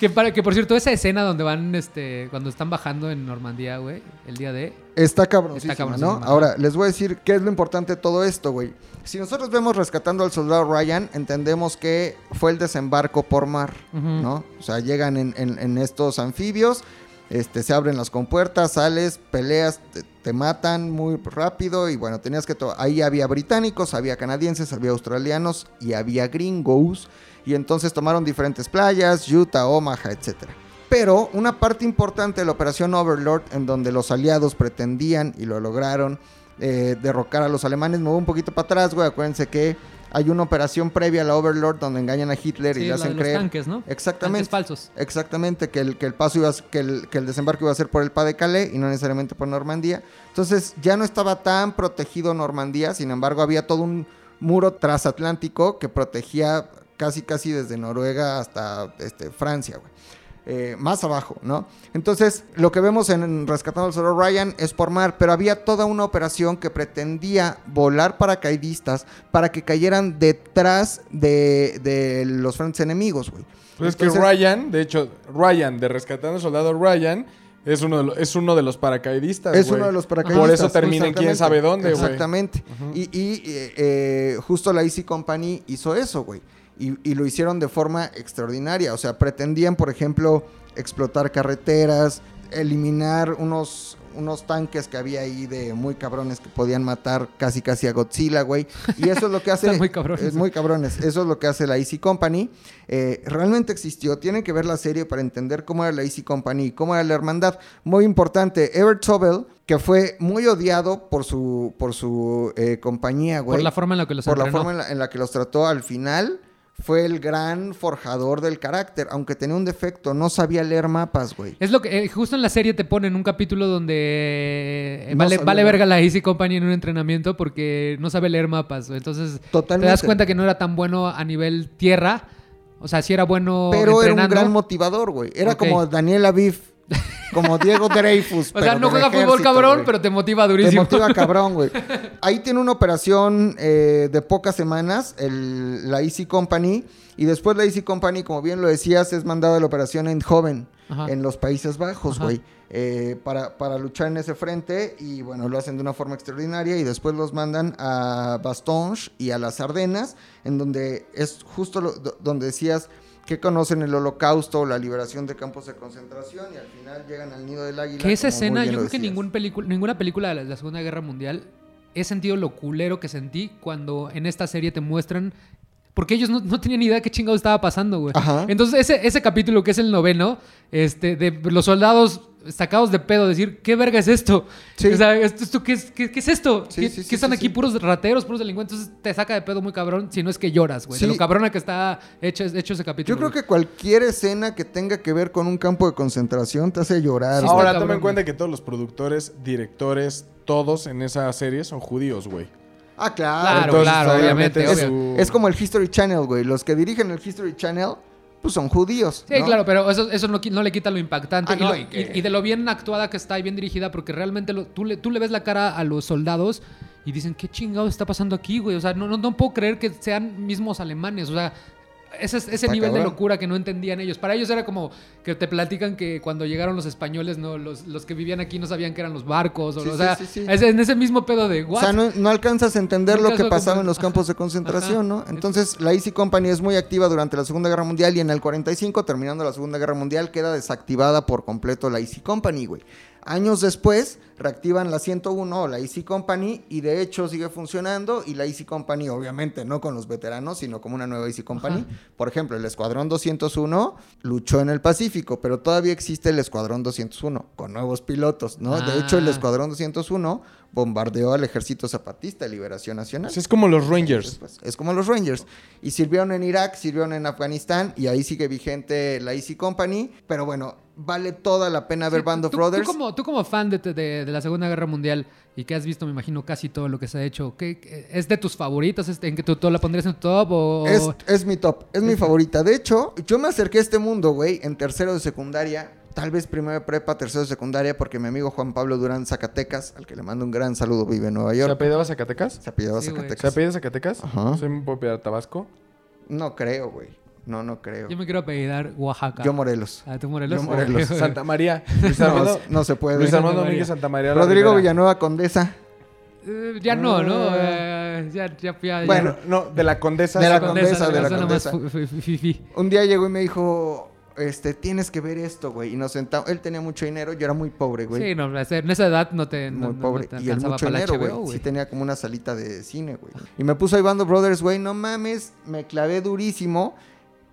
Que, para, que por cierto, esa escena donde van, este, cuando están bajando en Normandía, güey, el día de...
está cabroncísima,
Está cabroncísima,
¿no?
ajá.
Ahora, les voy a decir qué es lo importante de todo esto, güey. Si nosotros vemos Rescatando al Soldado Ryan, entendemos que fue el desembarco por mar,
Ujú.
¿no? O sea, llegan en, en- en estos anfibios, este, se abren las compuertas, sales, peleas, te, te matan muy rápido y bueno, tenías que... to- Ahí había británicos, había canadienses, había australianos y había gringos y entonces tomaron diferentes playas, Utah, Omaha, etcétera. Pero una parte importante de la operación Overlord, en donde los aliados pretendían y lo lograron eh, derrocar a los alemanes, me voy un poquito para atrás, güey. Acuérdense que hay una operación previa a la Overlord donde engañan a Hitler
Sí,
y le
la
hacen
de los
creer.
tanques, ¿no?
Exactamente.
Tanques falsos.
Exactamente, que el, que el paso iba a, ser- que, el, que el desembarco iba a ser por el Pas de Calais y no necesariamente por Normandía. Entonces ya no estaba tan protegido Normandía, sin embargo había todo un muro transatlántico que protegía casi casi desde Noruega hasta este, Francia, güey. Eh, más abajo, ¿no? Entonces, lo que vemos en, en Rescatando al Soldado Ryan es por mar, pero había toda una operación que pretendía volar paracaidistas para que cayeran detrás de, de los frentes enemigos, güey.
Pues es que
Entonces-
Ryan, de hecho, Ryan, de Rescatando al Soldado Ryan, es uno de, lo- es uno de los paracaidistas.
Es
güey.
uno de los paracaidistas.
Por eso termina en quién sabe
Exactamente.
dónde, güey.
Exactamente. Y, y, eh, eh, justo la Easy Company hizo eso, güey. Y, y lo hicieron de forma extraordinaria. O sea, pretendían, por ejemplo, explotar carreteras, eliminar unos, unos tanques que había ahí de muy cabrones que podían matar casi casi a Godzilla, güey. Y eso es lo que
[laughs]
hace...
Están muy cabrones.
Es muy cabrones. Eso es lo que hace la Easy Company. Eh, realmente existió. Tienen que ver la serie para entender cómo era la Easy Company, y cómo era la hermandad. Muy importante, Everett Sobel, que fue muy odiado por su, por su eh, compañía, güey.
Por la forma en la que los
Por la
entrenó.
forma en la, en la que los trató al final. Fue el gran forjador del carácter, aunque tenía un defecto, no sabía leer mapas, güey.
Es lo que eh, justo en la serie te ponen un capítulo donde eh,
No
vale,
sabía
vale
nada.
verga la Easy Company en un entrenamiento porque no sabe leer mapas. Entonces
Totalmente.
te das cuenta que no era tan bueno a nivel tierra. O sea, sí era bueno
Pero era un
entrenando.
gran motivador, güey. Era
Ok.
como Daniel Aviv, como
[laughs]
Diego Dreyfus.
o sea,
pero
no
del
juega fútbol
ejército,
cabrón,
güey.
pero te motiva
Te
durísimo.
motiva cabrón, güey. Ahí tiene una operación eh, de pocas semanas, el- la Easy Company. Y después la Easy Company, como bien lo decías, es mandada a la operación Eindhoven
Ajá.
en los Países Bajos,
Ajá.
güey. eh, para, para luchar en ese frente. Y bueno, lo hacen de una forma extraordinaria. Y después los mandan a Bastonge y a las Ardenas, en donde es justo lo- do- donde decías que conocen el holocausto, la liberación de campos de concentración y al final llegan al nido del águila.
que esa
como muy
escena,
bien
yo
lo
creo que
decías.
ningún película, ninguna película de la, la Segunda Guerra Mundial he sentido lo culero que sentí cuando en esta serie te muestran. Porque ellos no, no tenían ni idea qué chingado estaba pasando, güey.
Ajá.
Entonces, ese, ese capítulo que es el noveno, este, de los soldados sacados de pedo, decir, ¿qué verga es esto?
Sí.
O sea, ¿esto, esto qué, es, qué- qué es esto?
Sí,
¿Qué,
sí, sí,
qué están
sí,
aquí?
sí.
Puros rateros, puros delincuentes. Entonces, te saca de pedo muy cabrón, si no es que lloras, güey. de
Sí.
lo cabrona que está hecho, hecho ese capítulo.
Yo creo
güey.
que cualquier escena que tenga que ver con un campo de concentración te hace llorar.
Sí,
güey.
Ahora,
cabrón,
toma en
güey.
cuenta que todos los productores, directores, todos en esa serie son judíos, güey.
ah, claro.
Claro,
Entonces,
claro, obviamente.
obviamente,
obvio.
su-
Es como el History Channel, güey. Los que dirigen el History Channel, pues son judíos.
Sí,
¿no?
claro, pero eso, eso no, qui- no le quita lo impactante
Ah,
y,
no,
lo-
y que-
y- y de lo bien actuada que está y bien dirigida, porque realmente lo- tú, le, tú le ves la cara a los soldados y dicen, ¿qué chingado está pasando aquí, güey? O sea, no, no, no puedo creer que sean mismos alemanes, o sea... Ese, es- ese
Está
nivel de
cabrón.
locura que no entendían ellos. Para ellos era como que te platican que cuando llegaron los españoles, no los, los que vivían aquí no sabían que eran los barcos. O,
Sí,
o
sí,
sea,
sí, sí.
es- en ese mismo pedo de...
O
¿what?
sea, no, no alcanzas a entender
No
lo que
alcanzas a
pasaba
comprender.
en los campos de
Ajá.
concentración, ¿no? Entonces, la Easy Company es muy activa durante la Segunda Guerra Mundial y en el 45, terminando la Segunda Guerra Mundial, queda desactivada por completo la Easy Company, güey. Años después, reactivan la 101 o la Easy Company y de hecho sigue funcionando y la Easy Company, obviamente, no con los veteranos, sino como una nueva Easy Company. Por ejemplo, el Escuadrón 201 luchó en el Pacífico, pero todavía existe el Escuadrón 201 con nuevos pilotos, ¿no? De hecho, el
Ah.
Escuadrón Escuadrón 201 bombardeó al Ejército Zapatista de Liberación Nacional.
O sea, es como los Rangers.
Después, es como los Rangers. Y sirvieron en Irak, sirvieron en Afganistán y ahí sigue vigente la Easy Company. Pero bueno, vale toda la pena ver
Sí,
Band of
tú-
Brothers.
Tú como, tú como fan de, de- de la Segunda Guerra Mundial y que has visto, me imagino, casi todo lo que se ha hecho, ¿qué, qué- es de tus favoritas? ¿Es- ¿En que tú, tú la pondrías en tu top? O...
Es, es mi top, es mi favorita. De hecho, yo me acerqué a este mundo, güey, en tercero de secundaria. Tal vez primero de prepa, tercero de secundaria, porque mi amigo Juan Pablo Durán Zacatecas, al que le mando un gran saludo, vive en Nueva
¿Se
York.
apellidaba Zacatecas?
Se apellidaba
Sí, güey.
¿Se
Zacatecas.
apellida Zacatecas?
Ajá.
Soy un propiedad de Tabasco.
No creo, güey. No, no creo.
Yo me quiero apellidar Oaxaca.
Yo Morelos.
¿A tú Morelos?
Yo
[laughs]
Morelos.
Ok.
Santa María. Luis Armando,
No, no se puede.
Luis Armando
Santa María.
Domínguez Santa María. la
Rodrigo
Rivera.
Villanueva Condesa.
Eh, ya no, ¿no?
Ah.
Eh, ya, ya fui a...
Bueno, no, de la condesa.
De la
ya-
condesa, de la
nada más
condesa.
fu- fu- fifi.
Un día llegó y me dijo, este, tienes que ver esto, güey. Y nos sentamos. Él tenía mucho dinero, yo era muy pobre, güey.
Sí, no, en esa edad no te, no,
muy
no- no
pobre.
te
y él
alcanzaba
mucho
para la oh,
dinero,
HBO,
güey. Sí tenía como una salita de cine, güey. Y me puso ahí Band of Brothers, güey. No mames, me clavé durísimo.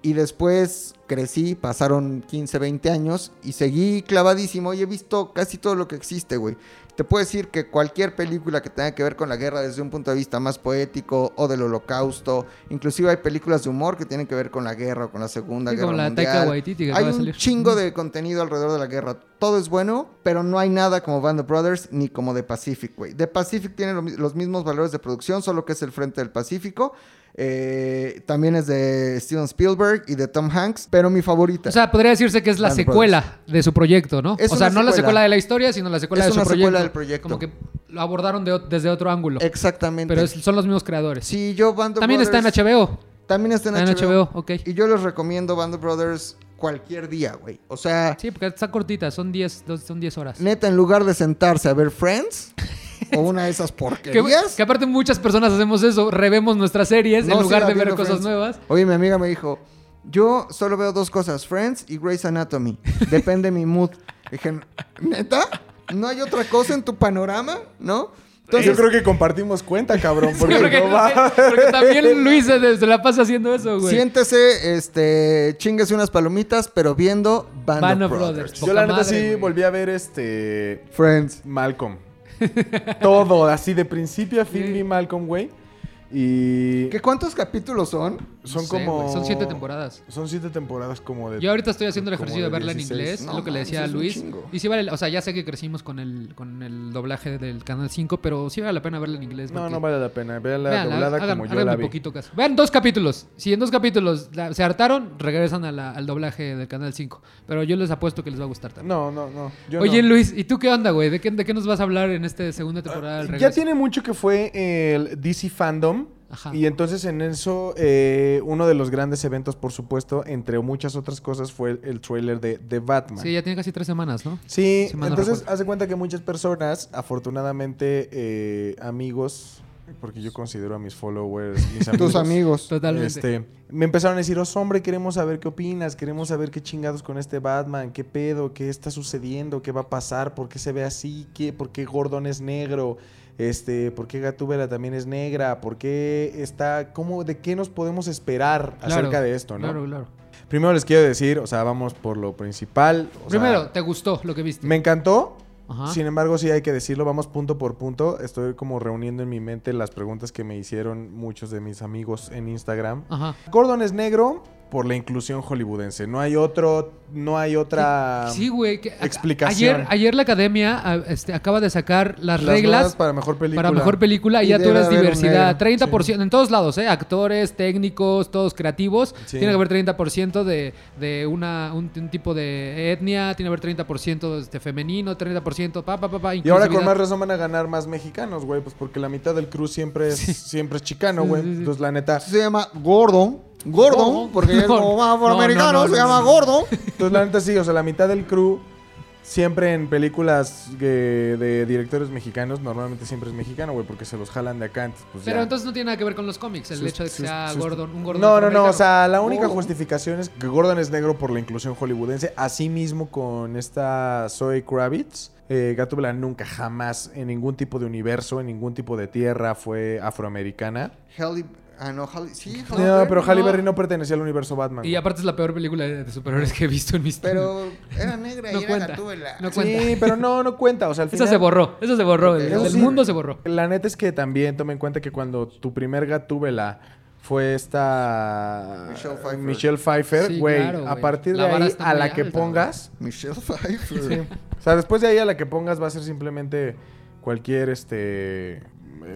Y después crecí, pasaron 15, 20 años y seguí clavadísimo y he visto casi todo lo que existe, güey. Te puedo decir que cualquier película que tenga que ver con la guerra desde un punto de vista más poético o del holocausto, inclusive hay películas de humor que tienen que ver con la guerra o con la Segunda
Sí,
Guerra
como la de Taika
Mundial.
Waititi que
hay
acaba de
un
salir.
chingo de contenido alrededor de la guerra. Todo es bueno, pero no hay nada como Band of Brothers ni como The Pacific, güey. The Pacific tiene lo mi- los mismos valores de producción, solo que es el frente del Pacífico. Eh, también es de Steven Spielberg y de Tom Hanks, pero mi favorita.
O sea, podría decirse que es la
Band of
secuela de su proyecto, ¿no?
Es
o sea,
una
no la
secuela.
secuela de la historia, sino la secuela
Es
de su
una
proyecto.
secuela del proyecto.
Como que lo abordaron de o- desde otro ángulo.
Exactamente.
Pero es- son los mismos creadores.
Sí, yo Band of
También está en
Brothers-
HBO.
También está en,
Está en
HBO.
HBO, ok.
Y yo les recomiendo Band of Brothers cualquier día, güey. O sea,
Sí, porque está cortita, son 10 dos- son 10 horas.
neta, en lugar de sentarse a ver Friends o una de
[laughs]
esas
Que,
porquerías.
que aparte muchas personas hacemos eso, revemos nuestras series
no
en lugar
siga
de ver
viendo
cosas
Friends.
nuevas. [laughs]
Oye, mi amiga me dijo, yo solo veo dos cosas, Friends y Grey's Anatomy. Depende mi mood. Dije, ¿neta? ¿No hay otra cosa en tu panorama? ¿No?
Yo creo que compartimos cuenta, cabrón. Porque
[laughs] Sí, porque,
no va.
porque también Luis se, se la pasa haciendo eso, güey.
Siéntese, este, chinguese unas palomitas, pero viendo Band,
Band
of
of
Brothers.
Brothers.
Yo la
Poca
neta
madre,
sí
güey.
volví a ver este.
Friends.
Malcolm. Todo, así de principio a fin
Sí.
vi Malcolm, güey. Y
¿Qué cuántos capítulos son?
son
No sé,
como.
güey, son siete temporadas.
Son siete temporadas como de.
Yo ahorita estoy haciendo el
como
ejercicio de
de
verla en
16.
inglés, es
No
lo que le
mames,
decía a
es un
Luis.
chingo.
Y sí vale, la- o sea, ya sé que crecimos con el con el doblaje del canal 5, pero sí vale la pena verla en inglés.
No,
porque-
no vale la pena. Vea la
Vean,
doblada
hagan-
como yo
háganme
la vi.
poquito caso. Vean dos capítulos. Si en dos capítulos la- se hartaron, regresan a la- al doblaje del Canal 5. Pero yo les apuesto que les va a gustar también.
No, no, no. yo
Oye,
no. Ah,
Luis, ¿y tú qué onda, güey? ¿De qué, ¿De qué nos vas a hablar en esta segunda temporada del
Ya
regreso?
tiene mucho que fue el DC Fandom.
Ajá.
Y entonces en eso, eh, uno de los grandes eventos, por supuesto, entre muchas otras cosas, fue el, el tráiler de, de Batman.
Sí, ya tiene casi tres semanas, ¿no?
Sí,
Si mal no
entonces
recuerdo.
hace cuenta que muchas personas, afortunadamente, eh, amigos, porque yo considero a mis followers mis
[laughs]
amigos.
Tus amigos.
Totalmente.
Este, me empezaron a decir, oh, hombre, queremos saber qué opinas, queremos saber qué chingados con este Batman, qué pedo, qué está sucediendo, qué va a pasar, por qué se ve así, qué, por qué Gordon es negro, Este, ¿por qué Gatúbela también es negra? ¿Por qué está cómo de qué nos podemos esperar acerca de esto, no?
Claro, claro.
Primero les quiero decir, o sea, vamos por lo principal, o sea,
Primero, ¿te gustó lo que viste?
me encantó.
Ajá.
Sin embargo, sí hay que decirlo, vamos punto por punto. Estoy como reuniendo en mi mente las preguntas que me hicieron muchos de mis amigos en Instagram.
Ajá.
Gordon es negro por la inclusión hollywoodense. No hay otro, no hay otra
Sí, güey. que- a-
explicación.
Ayer, ayer la academia a- este, acaba de sacar las,
Las
reglas
nuevas para mejor película.
para mejor película y,
Y
ya tú
debe
eres
haber un negro,
diversidad. 30% en todos lados, ¿eh? Actores, técnicos, todos creativos.
Sí.
Tiene que haber 30% de, de una, un, un tipo de etnia, tiene que haber 30% este, femenino, 30% pa, pa, pa, pa,
Y ahora con
inclusividad.
más razón van a ganar más mexicanos, güey, pues porque la mitad del crew siempre es, siempre es chicano, güey. Entonces, la neta,
Se llama Gordon. Gordon, porque es
[laughs]
como
No, no,
afroamericano,
no, no,
se
no,
llama
no.
Gordon.
entonces la neta sí, o sea, la mitad del crew siempre en películas eh, de directores mexicanos normalmente siempre es mexicano, güey, porque se los jalan de acá antes, pues
Pero
ya.
entonces no tiene nada que ver con los cómics, el
Sus-
hecho de que
sus-
sea
sus-
Gordon, un Gordon. Oh.
No, no, no.
afroamericano.
O sea, la única
Gordon.
justificación es que Gordon es negro por la inclusión hollywoodense. Asimismo, con esta Zoe Kravitz, eh, Gatúbela nunca, jamás, en ningún tipo de universo, en ningún tipo de tierra, fue afroamericana.
Halle- ah, no, Halle- sí, Halle
No, pero
Berry.
Halle Berry no pertenecía al universo Batman.
Y aparte es la peor película de, de superhéroes que he visto en mis
Pero era negra
No
y
cuenta.
era gatúbela.
No cuenta.
Sí, pero no, no cuenta. O sea,
[laughs]
al
Esa
final.
se borró, esa se borró, el,
Eso
el
sí.
mundo se borró.
La neta es que también toma en cuenta que cuando tu primer Gatúbela fue esta.
Michelle Pfeiffer.
Michelle Pfeiffer,
Sí,
güey.
claro,
a
güey.
partir
La
de
vara
ahí,
está
a
muy
la que
alta, güey.
pongas.
Michelle Pfeiffer.
O sea, después de ahí a la que pongas va a ser simplemente cualquier este eh,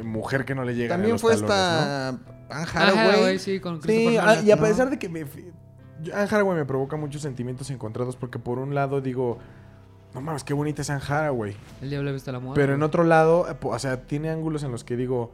mujer que no le llegue
También fue esta Anne
Ajá,
Hathaway.
güey, sí, con
Sí,
Christopher
a-
Nolan.
y a
¿no?
pesar de que me... yo- Anne Hathaway me provoca muchos sentimientos encontrados porque por un lado digo... No mames, qué bonita es Anne Hathaway.
El diablo viste la muerte.
Pero en otro lado, eh, po- o sea, tiene ángulos en los que digo...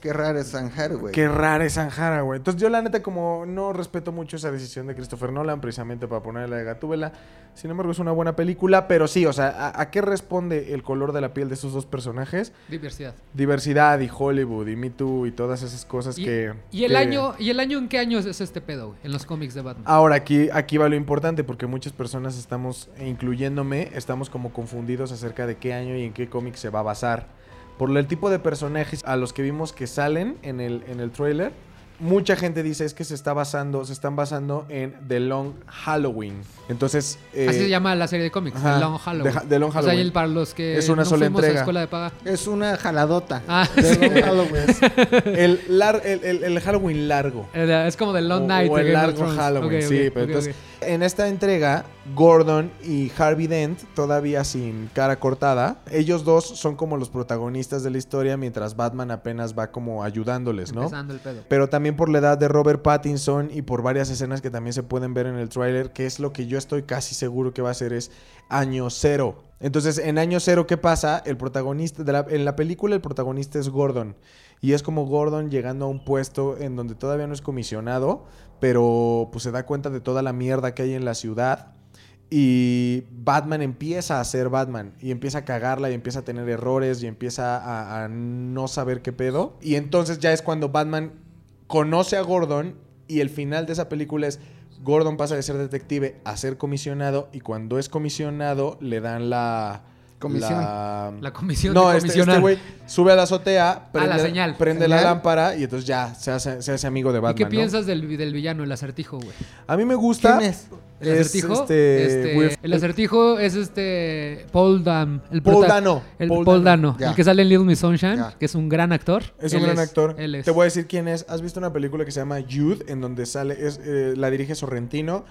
Qué rara es Anne Hathaway.
Qué rara es Anne Hathaway. Entonces yo la neta como no respeto mucho esa decisión de Christopher Nolan precisamente para ponerle la Gatúbela. Sin embargo es una buena película, pero sí, o sea, ¿a- ¿a qué responde el color de la piel de esos dos personajes?
Diversidad.
diversidad y Hollywood y Me Too y todas esas cosas
Y,
que...
y el
que-
año, ¿Y el año en qué año es este pedo, güey? En los cómics de Batman.
Ahora, aquí, aquí va lo importante porque muchas personas estamos, e incluyéndome, estamos como confundidos acerca de qué año y en qué cómic se va a basar. Por el tipo de personajes a los que vimos que salen en el, en el trailer, mucha gente dice es que se está basando, se están basando en The Long Halloween. Entonces... eh,
Así se llama la serie de cómics,
ajá,
The Long Halloween.
de- The Long
O sea,
Halloween.
y el- para los que
Es una
no
sola
fuimos a
entrega.
escuela de paga.
Es una jaladota.
Ah,
De
sí.
Anne Hathaway.
el lar- el- el- el Halloween largo.
Eh, Es como The Long
O-
Night.
o
de
el
Game of
largo
Thrones.
Halloween,
Ok, ok,
sí. pero
ok,
entonces,
ok.
en esta entrega, Gordon y Harvey Dent, todavía sin cara cortada, ellos dos son como los protagonistas de la historia, mientras Batman apenas va como ayudándoles, ¿no?
Empezando el pedo.
Pero también por la edad de Robert Pattinson y por varias escenas que también se pueden ver en el tráiler, que es lo que yo estoy casi seguro que va a ser es año cero. Entonces, en año cero, ¿qué pasa? El protagonista, de la- en la película el protagonista es Gordon. Y es como Gordon llegando a un puesto en donde todavía no es comisionado, pero pues se da cuenta de toda la mierda que hay en la ciudad. Y Batman empieza a ser Batman y empieza a cagarla y empieza a tener errores y empieza a, a no saber qué pedo. Y entonces ya es cuando Batman conoce a Gordon y el final de esa película es Gordon pasa de ser detective a ser comisionado y cuando es comisionado le dan la...
Comisión.
La,
La comisión
No,
de
este- este
comisionar.
güey sube a la azotea, prende,
señal.
prende la
Señal.
lámpara y entonces ya se hace, se hace amigo de
¿Y
Batman.
qué
¿no?
piensas del, del villano, el acertijo, güey?
A mí me gusta...
¿Quién es?
¿El
es,
acertijo?
este,
Este,
Will-
el acertijo es este. Paul Dam. El
Paul
prota-
Dano.
El
Paul
Paul,
Dano.
Dano.
Ya.
El que sale en Little Miss Sunshine,
Ya.
que es un gran actor.
Es un
Él
gran actor.
Él es.
Te voy a decir quién es. ¿Has visto una película que se llama Youth? En donde sale, es, eh, la dirige Sorrentino.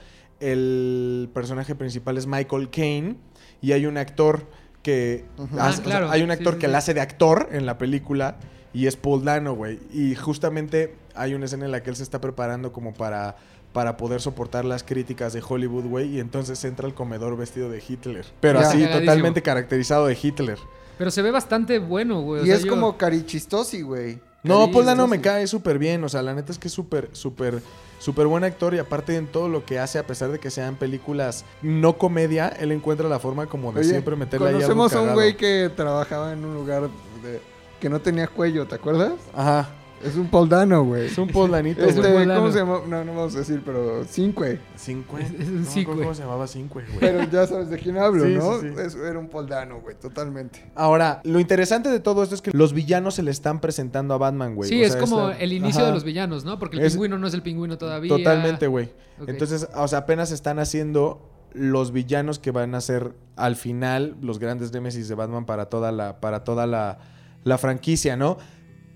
El personaje principal es Michael Caine. Y hay un actor que.
Ah,
hace- o sea,
claro.
hay un
Sí,
actor
sí,
que
sí.
la hace de actor en la película. Y es Paul Dano, güey. Y justamente hay una escena en la que él se está preparando como para. Para poder soportar las críticas de Hollywood, güey. Y entonces entra al comedor vestido de Hitler. Pero
Ya.
así,
Cagadísimo.
totalmente caracterizado de Hitler.
Pero se ve bastante bueno, güey. o
Y
sea,
es
yo-
como carichistosi, güey.
No,
Sí,
Paul Dano
sí,
me
sí.
cae súper bien. O sea, la neta es que es súper, súper, súper buen actor. Y aparte en todo lo que hace, a pesar de que sean películas no comedia, él encuentra la forma como de
Oye,
siempre meterle ahí algo
Conocemos a un
cagado.
güey que trabajaba en un lugar de- que no tenía cuello, ¿te acuerdas?
Ajá.
Es un poldano, güey.
Es un poslanito,
Este,
güey.
un poldano.
¿Cómo se llama? No, no vamos a decir, pero cinque.
Cinco.
Es- es un
No me acuerdo
cinco,
¿Cómo
güey.
se llamaba cinco, güey?
Pero ya sabes de quién hablo,
Sí,
¿no?
sí, sí.
Eso era un poldano, güey, totalmente.
Ahora, lo interesante de todo esto es que los villanos se le están presentando a Batman, güey.
sí,
O
es
sea,
como
esta-
el inicio
Ajá.
de los villanos, ¿no? Porque el
Es-
pingüino no es el pingüino todavía.
Totalmente, güey.
Ok.
Entonces, o sea, apenas están haciendo los villanos que van a ser al final los grandes némesis de Batman para toda la, para toda la, la franquicia, ¿no?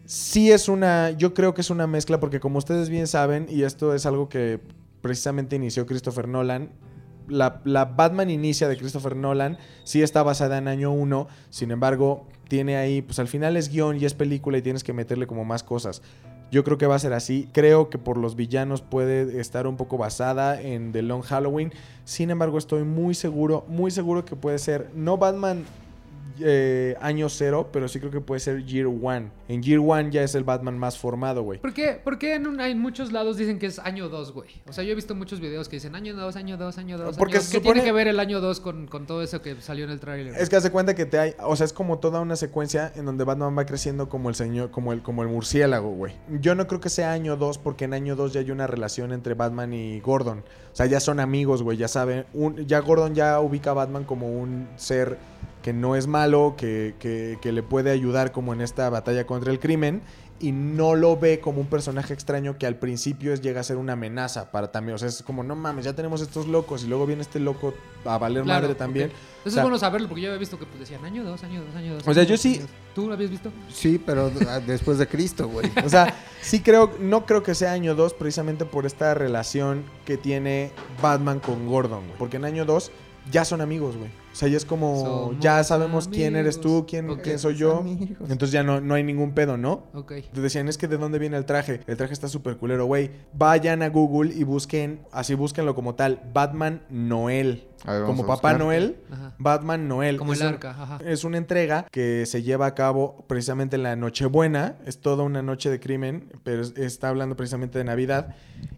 Sí es una, yo creo que es una mezcla porque como ustedes bien saben, y esto es algo que precisamente inició Christopher Nolan, la, la Batman inicia de Christopher Nolan sí está basada en año 1, sin embargo, tiene ahí, pues al final es guión y es película y tienes que meterle como más cosas. Yo creo que va a ser así. Creo que por los villanos puede estar un poco basada en The Long Halloween. Sin embargo, estoy muy seguro, muy seguro que puede ser, no Batman eh, año cero, pero sí creo que puede ser Year One. En Year One ya es el Batman más formado, güey.
¿Por qué, por qué en, un- en muchos lados dicen que es año 2, güey? O sea, yo he visto muchos videos que dicen año 2, año 2, año 2.
Porque
año
se
dos. ¿Qué
supone-
tiene que ver el año 2 con, con todo eso que salió en el tráiler?
Es que hace cuenta que te hay, o sea, es como toda una secuencia en donde Batman va creciendo como el señor, como el, como el murciélago, güey. Yo no creo que sea año 2, porque en año 2 ya hay una relación entre Batman y Gordon. O sea, ya son amigos, güey, ya saben. Un, ya Gordon ya ubica a Batman como un ser que no es malo, que, que- que le puede ayudar como en esta batalla contra el crimen. Y no lo ve como un personaje extraño que al principio es- llega a ser una amenaza para también. O sea, es como, no mames, ya tenemos estos locos y luego viene este loco a valer
Claro,
madre
ok.
también.
Eso
sea-
es bueno saberlo porque yo he visto que pues, decían año 2, año 2, año 2.
O sea, yo sí-
¿Tú lo habías visto?
Sí,
[laughs]
pero ah, después de Cristo, güey.
O sea, sí creo, no creo que sea año 2 precisamente por esta relación que tiene Batman con Gordon, güey. Porque en año 2 ya son amigos, güey. O sea, ya es como,
Somos
ya sabemos quién eres tú,
amigos.
quién,
Ok.
quién soy yo.
Amigos.
Entonces ya no, no hay ningún pedo, ¿no?
Ok.
Te decían, es que de dónde viene el traje. El traje está súper culero, güey. Vayan a Google y busquen, así búsquenlo como tal, Batman Noel.
A ver, vamos
Como
a
Papá
buscar.
Noel,
Ajá.
Batman Noel.
Como el
Es un-
arca, ajá.
es una entrega que se lleva a cabo precisamente en la Nochebuena. Es toda una noche de crimen, pero es- está hablando precisamente de Navidad.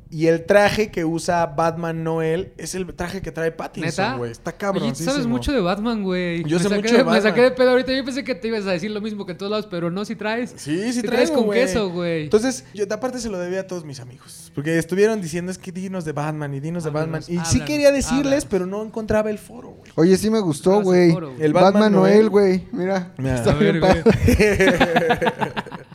Y el traje que usa Batman Noel es el traje que trae
¿Neta?
Pattinson, güey. Está
Oye,
cabrón.
tú sabes mucho de Batman, güey.
Yo
me
sé
saqué
mucho de
de-
Batman.
Me saqué de pedo ahorita. Yo pensé que te ibas a decir lo mismo que en todos lados, pero no, si traes.
Sí, sí
Si
traigo,
traes con
güey.
queso, güey.
Entonces, yo aparte se lo debía a todos mis amigos. Porque estuvieron diciendo, es que dinos de Batman y dinos de Batman.
Háblanos,
Y sí
Ah, háblanos,
quería decirles,
háblanos.
pero no encontraba el foro, güey.
Oye, sí me
Ahora
gustó,
sí,
güey.
foro, Ah, güey.
El
El
Batman
Batman,
Noel,
Noel, güey. Mira.
Mira.
Está
A ver,
bien padre.
güey.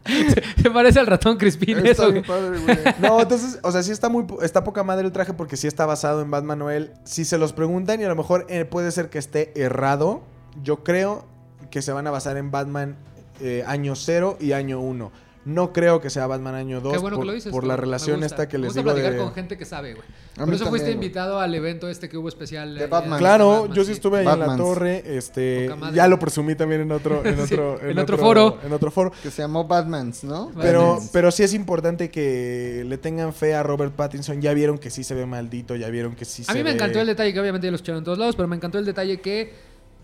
[laughs] Se parece al ratón Crispin
Está
eso,
bien
güey.
padre, güey.
No, entonces, o sea, sí está muy po- está poca madre el traje porque sí está basado en Batman Noel. Si se los preguntan y a lo mejor eh, puede ser que esté errado, yo creo que se van a basar en Batman eh, año 0 y año 1. No creo que sea Batman año 2
Qué bueno
por,
que lo dices.
por
güey.
la
Me
relación
gusta.
esta que
Me
les
gusta
digo
platicar
de...
con gente que sabe, güey.
A mí
Por eso
también,
fuiste
güey.
invitado al evento este que hubo especial.
De
eh,
Batman.
Claro,
Batman,
yo sí estuve ahí en la
Batmans.
torre, este,
Poca madre.
ya lo presumí también en otro, en
[laughs] Sí,
otro,
en otro foro.
en otro foro.
Que se llamó Batmans, ¿no?
Pero,
Batmans.
pero sí es importante que le tengan fe a Robert Pattinson. Ya vieron que sí se ve maldito, ya vieron que sí se
A mí me
ve-
encantó el detalle, que obviamente ya lo escucharon en todos lados, pero me encantó el detalle que,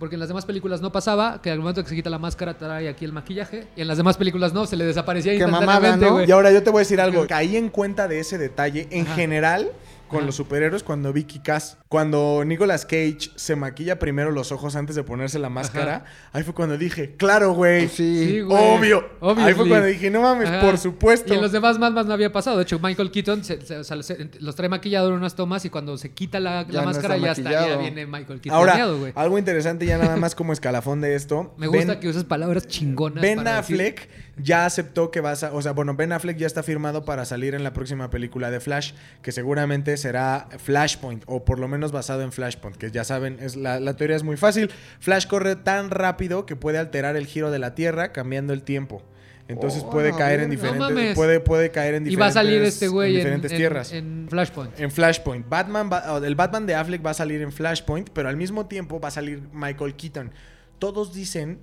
porque en las demás películas no pasaba, que al momento que se quita la máscara trae aquí el maquillaje, y en las demás películas no, se le desaparecía
Qué mamada,
instantáneamente,
¿no?
güey.
Y ahora yo te voy a decir algo. Caí en cuenta de ese detalle en
Ajá.
general con
Ajá.
los superhéroes cuando vi Kikas. Cuando Nicolas Cage se maquilla primero los ojos antes de ponerse la máscara, ahí fue cuando dije, claro, güey.
Pues sí.
Sí, güey.
Obvio.
Obviously.
Ahí fue cuando dije, no mames,
Ajá.
por supuesto.
Y en los demás Batman no había pasado. De hecho, Michael Keaton se- se- o sea, se- los trae maquillado en unas tomas y cuando se quita la, la
Ya no
máscara
está
ya está, ya
maquillado.
viene Michael Keaton.
Ahora, ah,
maquillado, güey.
algo interesante ya nada más como escalafón de esto.
[laughs] Me gusta
Ven-
que uses palabras chingonas.
Ben
para decir-
Affleck ya aceptó que vas a. O sea, bueno, Ben Affleck ya está firmado para salir en la próxima película de Flash, que seguramente será Flashpoint, o por lo menos basado en Flashpoint, que ya saben, es la, la teoría es muy fácil. Flash corre tan rápido que puede alterar el giro de la Tierra cambiando el tiempo. Entonces
Oh,
puede
la
caer en
verga.
No
diferentes.
mames.
puede, puede caer en
Y
diferentes.
va a salir este güey en,
en diferentes
en-
tierras. Eh,
en Flashpoint.
En Flashpoint. Batman va- el Batman de Affleck va a salir en Flashpoint, pero al mismo tiempo va a salir Michael Keaton. Todos dicen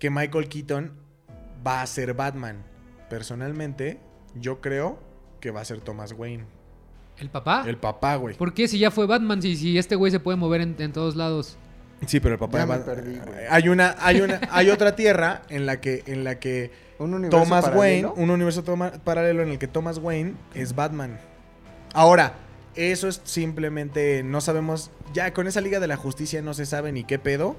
que Michael Keaton va a ser Batman. Personalmente, yo creo que va a ser Thomas Wayne.
¿El papá?
El papá, güey.
Ah. ¿Por qué si ya fue Batman? Si, si este güey se puede mover en, en todos lados.
Sí, pero el papá
Ya
de
me
Batman-
perdí, güey.
hay una, hay una, hay otra tierra en la que, en la que
Un universo
Thomas
paralelo.
Wayne, un universo toma- paralelo en el que Thomas Wayne es Batman. Ahora, eso es simplemente, no sabemos, ya con esa Liga de la Justicia no se sabe ni qué pedo,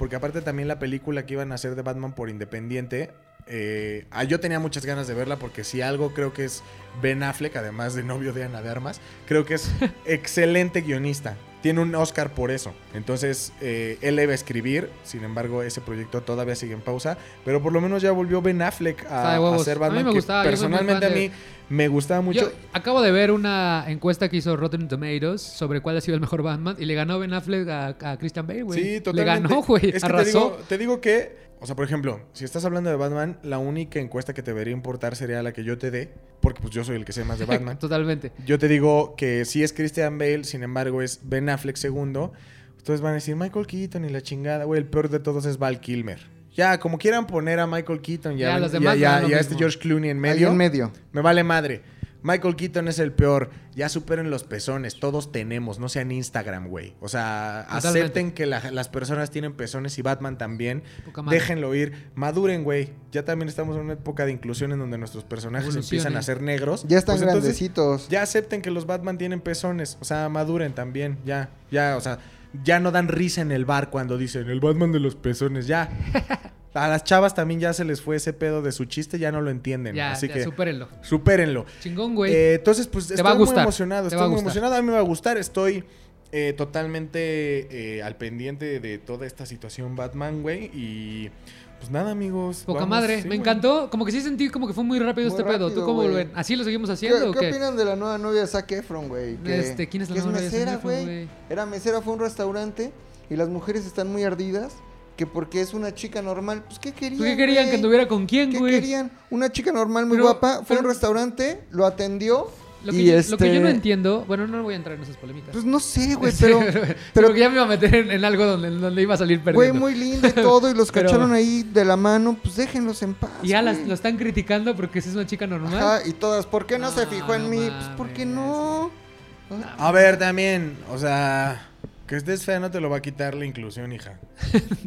porque aparte también la película que iban a hacer de Batman por Independiente eh, ah, yo tenía muchas ganas de verla porque si algo creo que es Ben Affleck, además de novio de Ana de Armas, creo que
[laughs]
es excelente guionista. Tiene un Oscar por eso. Entonces, eh, él debe escribir. Sin embargo, ese proyecto todavía sigue en pausa. Pero por lo menos ya volvió Ben Affleck
Está de
a,
huevos.
a ser
A mí
Batman.
me
que
gustaba, yo soy muy fan
personalmente a
de-
mí me gustaba mucho.
Yo acabo de ver una encuesta que hizo Rotten Tomatoes sobre cuál ha sido el mejor Batman y le ganó Ben Affleck a, a Christian Bale, güey.
Sí,
Le
totalmente.
ganó, güey.
Es que te
Arrasó.
digo, te digo que, o sea, por ejemplo, si estás hablando de Batman, la única encuesta que te debería importar sería la que yo te dé, porque pues yo soy el que sé más
[laughs]
de Batman.
Totalmente.
Yo te digo que sí es Christian Bale, sin embargo es Ben Affleck segundo. Ustedes van a decir Michael Keaton y la chingada, güey, el peor de todos es Val Kilmer. Ya, como quieran poner a Michael Keaton y a,
Ya,
Ben-
los
y a-
demás
y a-
dan lo
y a este
mismo.
George Clooney en
Ahí
medio,
en medio.
me vale madre. Michael Keaton es el peor. Ya superen los pezones. Todos tenemos. No sean Instagram, güey. O sea,
Totalmente.
acepten que la- las personas tienen pezones y Batman también.
Poca madre.
Déjenlo ir. Maduren, güey. Ya también estamos en una época de inclusión en donde nuestros personajes
Evolucionen.
empiezan a ser negros.
Ya están
Pues entonces,
grandecitos.
ya acepten que los Batman tienen pezones. O sea, maduren también. Ya, ya, o sea, ya no dan risa en el bar cuando dicen el Batman de los pezones.
[laughs]
Ya. A las chavas también ya se les fue ese pedo de su chiste, ya no lo entienden.
Ya,
Así
ya,
que
supérenlo.
supérenlo.
Chingón, güey.
Eh, entonces, pues estoy
va a
muy
gustar,
emocionado.
te
Estoy
va a
muy
gustar.
emocionado. A mí me va a gustar. Estoy eh, totalmente eh, al pendiente de toda esta situación Batman, güey. Y pues nada, amigos.
Poca
vamos,
madre,
sí,
me
güey.
encantó. Como que sí sentí como que fue muy rápido
Muy
este pedo.
rápido,
¿Tú cómo
güey.
lo ven? ¿Así lo seguimos
¿Qué,
haciendo o
qué
qué?
opinan de la nueva novia de Zac Efron, güey? Que-
Este, ¿quién es la
que
nueva novia de Zac
mesera,
Efron,
güey.
güey?
Era mesera, fue a un restaurante y las mujeres están muy ardidas que porque es una chica normal. Pues, ¿qué querían,
¿Tú qué querían?
güey?
¿Que anduviera con quién,
¿Qué
güey?
querían? Una chica normal muy
Pero-
guapa fue a un
pero-
restaurante, lo atendió
Lo que,
y
yo, lo
este...
que yo no entiendo, bueno, no voy a entrar en esas polémicas. [laughs]
Pues no sé, güey,
Sí,
pero... pero
porque ya me iba a meter en, en algo donde, donde iba a salir
Güey,
perdiendo.
muy lindo y todo, y
[laughs]
los
Pero-
cacharon ahí de la mano, pues déjenlos en paz.
y ya las-
güey.
lo están criticando porque si es una chica normal.
Ajá, y todas, ¿por qué no, se
No,
fijó en
Ah, no
mí? Pues porque
mames.
no.
A ver, también, o sea, que estés fea no te lo va a quitar la inclusión,
[laughs]
hija.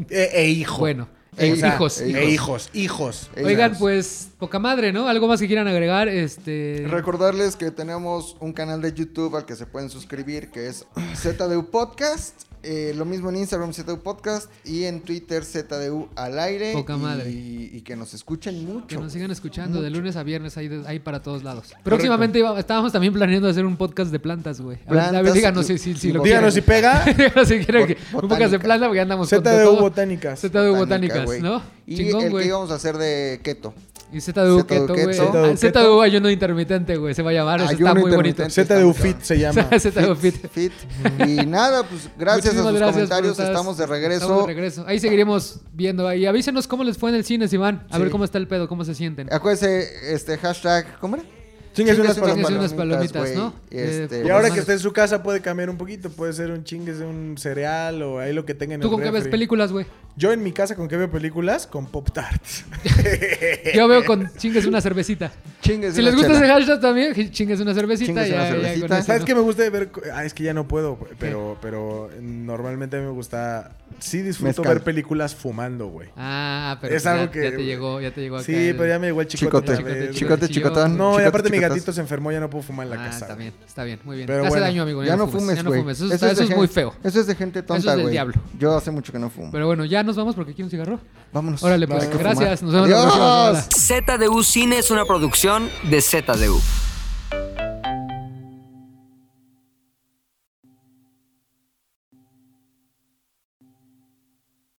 e, e hijo.
Bueno,
Eh,
eh,
O sea,
hijos.
E hijos, hijos.
Ey,
Oigan,
las-
pues, poca madre, ¿no? Algo más que quieran agregar, este...
Recordarles que tenemos un canal de YouTube al que se pueden suscribir, que es [clears throat] ZDU Podcast. eh, lo mismo en Instagram, ZDU Podcast. Y en Twitter, ZDU al aire.
Poca
y,
madre.
y que nos escuchen
Que
mucho.
nos sigan escuchando de lunes a viernes, ahí, de- ahí para todos lados. Próximamente iba- estábamos también planeando hacer un podcast de plantas, güey. A ver, a ver,
Plantas
díganos si,
y-
si,
y
si lo
Díganos si
quieren.
pega.
[laughs] Díganos si quieren que-
Bot-
un podcast de
botánica.
plantas, porque ya andamos con
ZDU
todo.
Botánicas.
ZDU Botánicas,
güey.
¿no?
Y
Chingón,
el que
güey.
íbamos a hacer de
[laughs]
Keto.
Y ZDU Keto, güey.
Keto.
Ah, ZDU Ayuno Intermitente, güey. Se va a llamar, eso está
Ayuno
muy bonito.
intermitente.
ZDU Fit se
[laughs]
llama.
ZDU Fit.
Fit.
[laughs]
Y nada, pues
Muchísimas
gracias a sus
gracias por
comentarios.
estar-
Estamos de regreso.
Estamos de regreso. Ahí seguiremos viendo. Ahí avísenos cómo les fue en el cine, si van. A
Sí.
ver cómo está el pedo, cómo se sienten.
Acuérdense, este hashtag, ¿cómo era?
Chingues unas
Chingues
palomitas.
unas palomitas,
güey.
¿no?
Este,
Eh,
Y ahora
Manos.
que está en su casa puede cambiar un poquito. Puede ser un chingues de un cereal o ahí lo que tengan en
¿Tú
el
con qué ves
refri.
películas, güey?
Yo en mi casa con qué veo películas? Con Pop Tarts.
[laughs]
Eh,
Yo veo con chingues una
[laughs]
cervecita.
Chingues
Si
una
les gusta
chela.
ese hashtag también, [laughs] chingues una cervecita.
Chingues
ya,
una
ya con
cervecita.
[laughs]
eso,
¿Sabes
¿no?
qué me gusta de ver? Ah, es que ya no puedo, pero, pero normalmente me gusta. Sí, disfruto
Mezcal.
ver películas fumando, güey.
Ah, pero
Es
ya,
algo que-
ya te llegó, ya te llegó acá.
Sí, pero ya me llegó el chicote.
Chicote,
otra vez,
Chicote,
güey.
chicote,
chillón.
chicotón.
No, y
chicote,
aparte mi
chicotón.
gatito se enfermó, ya no puedo fumar en la
Ah,
casa.
está
güey.
bien, está bien, muy bien.
Pero
te hace
bueno,
daño, amigo.
Ya no fumes,
Ya no
güey.
fumes. Eso, está-
es de
eso es muy
gen-
feo.
Eso es de gente tonta, güey.
del diablo.
Yo hace mucho que no fumo.
Pero bueno, ya nos vamos porque quiero un cigarro.
Vámonos.
Órale,
Hay
pues
que
gracias. Nos
fumar.
vemos la próxima
¡Adiós!
semana.
ZDU Cine es una producción de ZDU.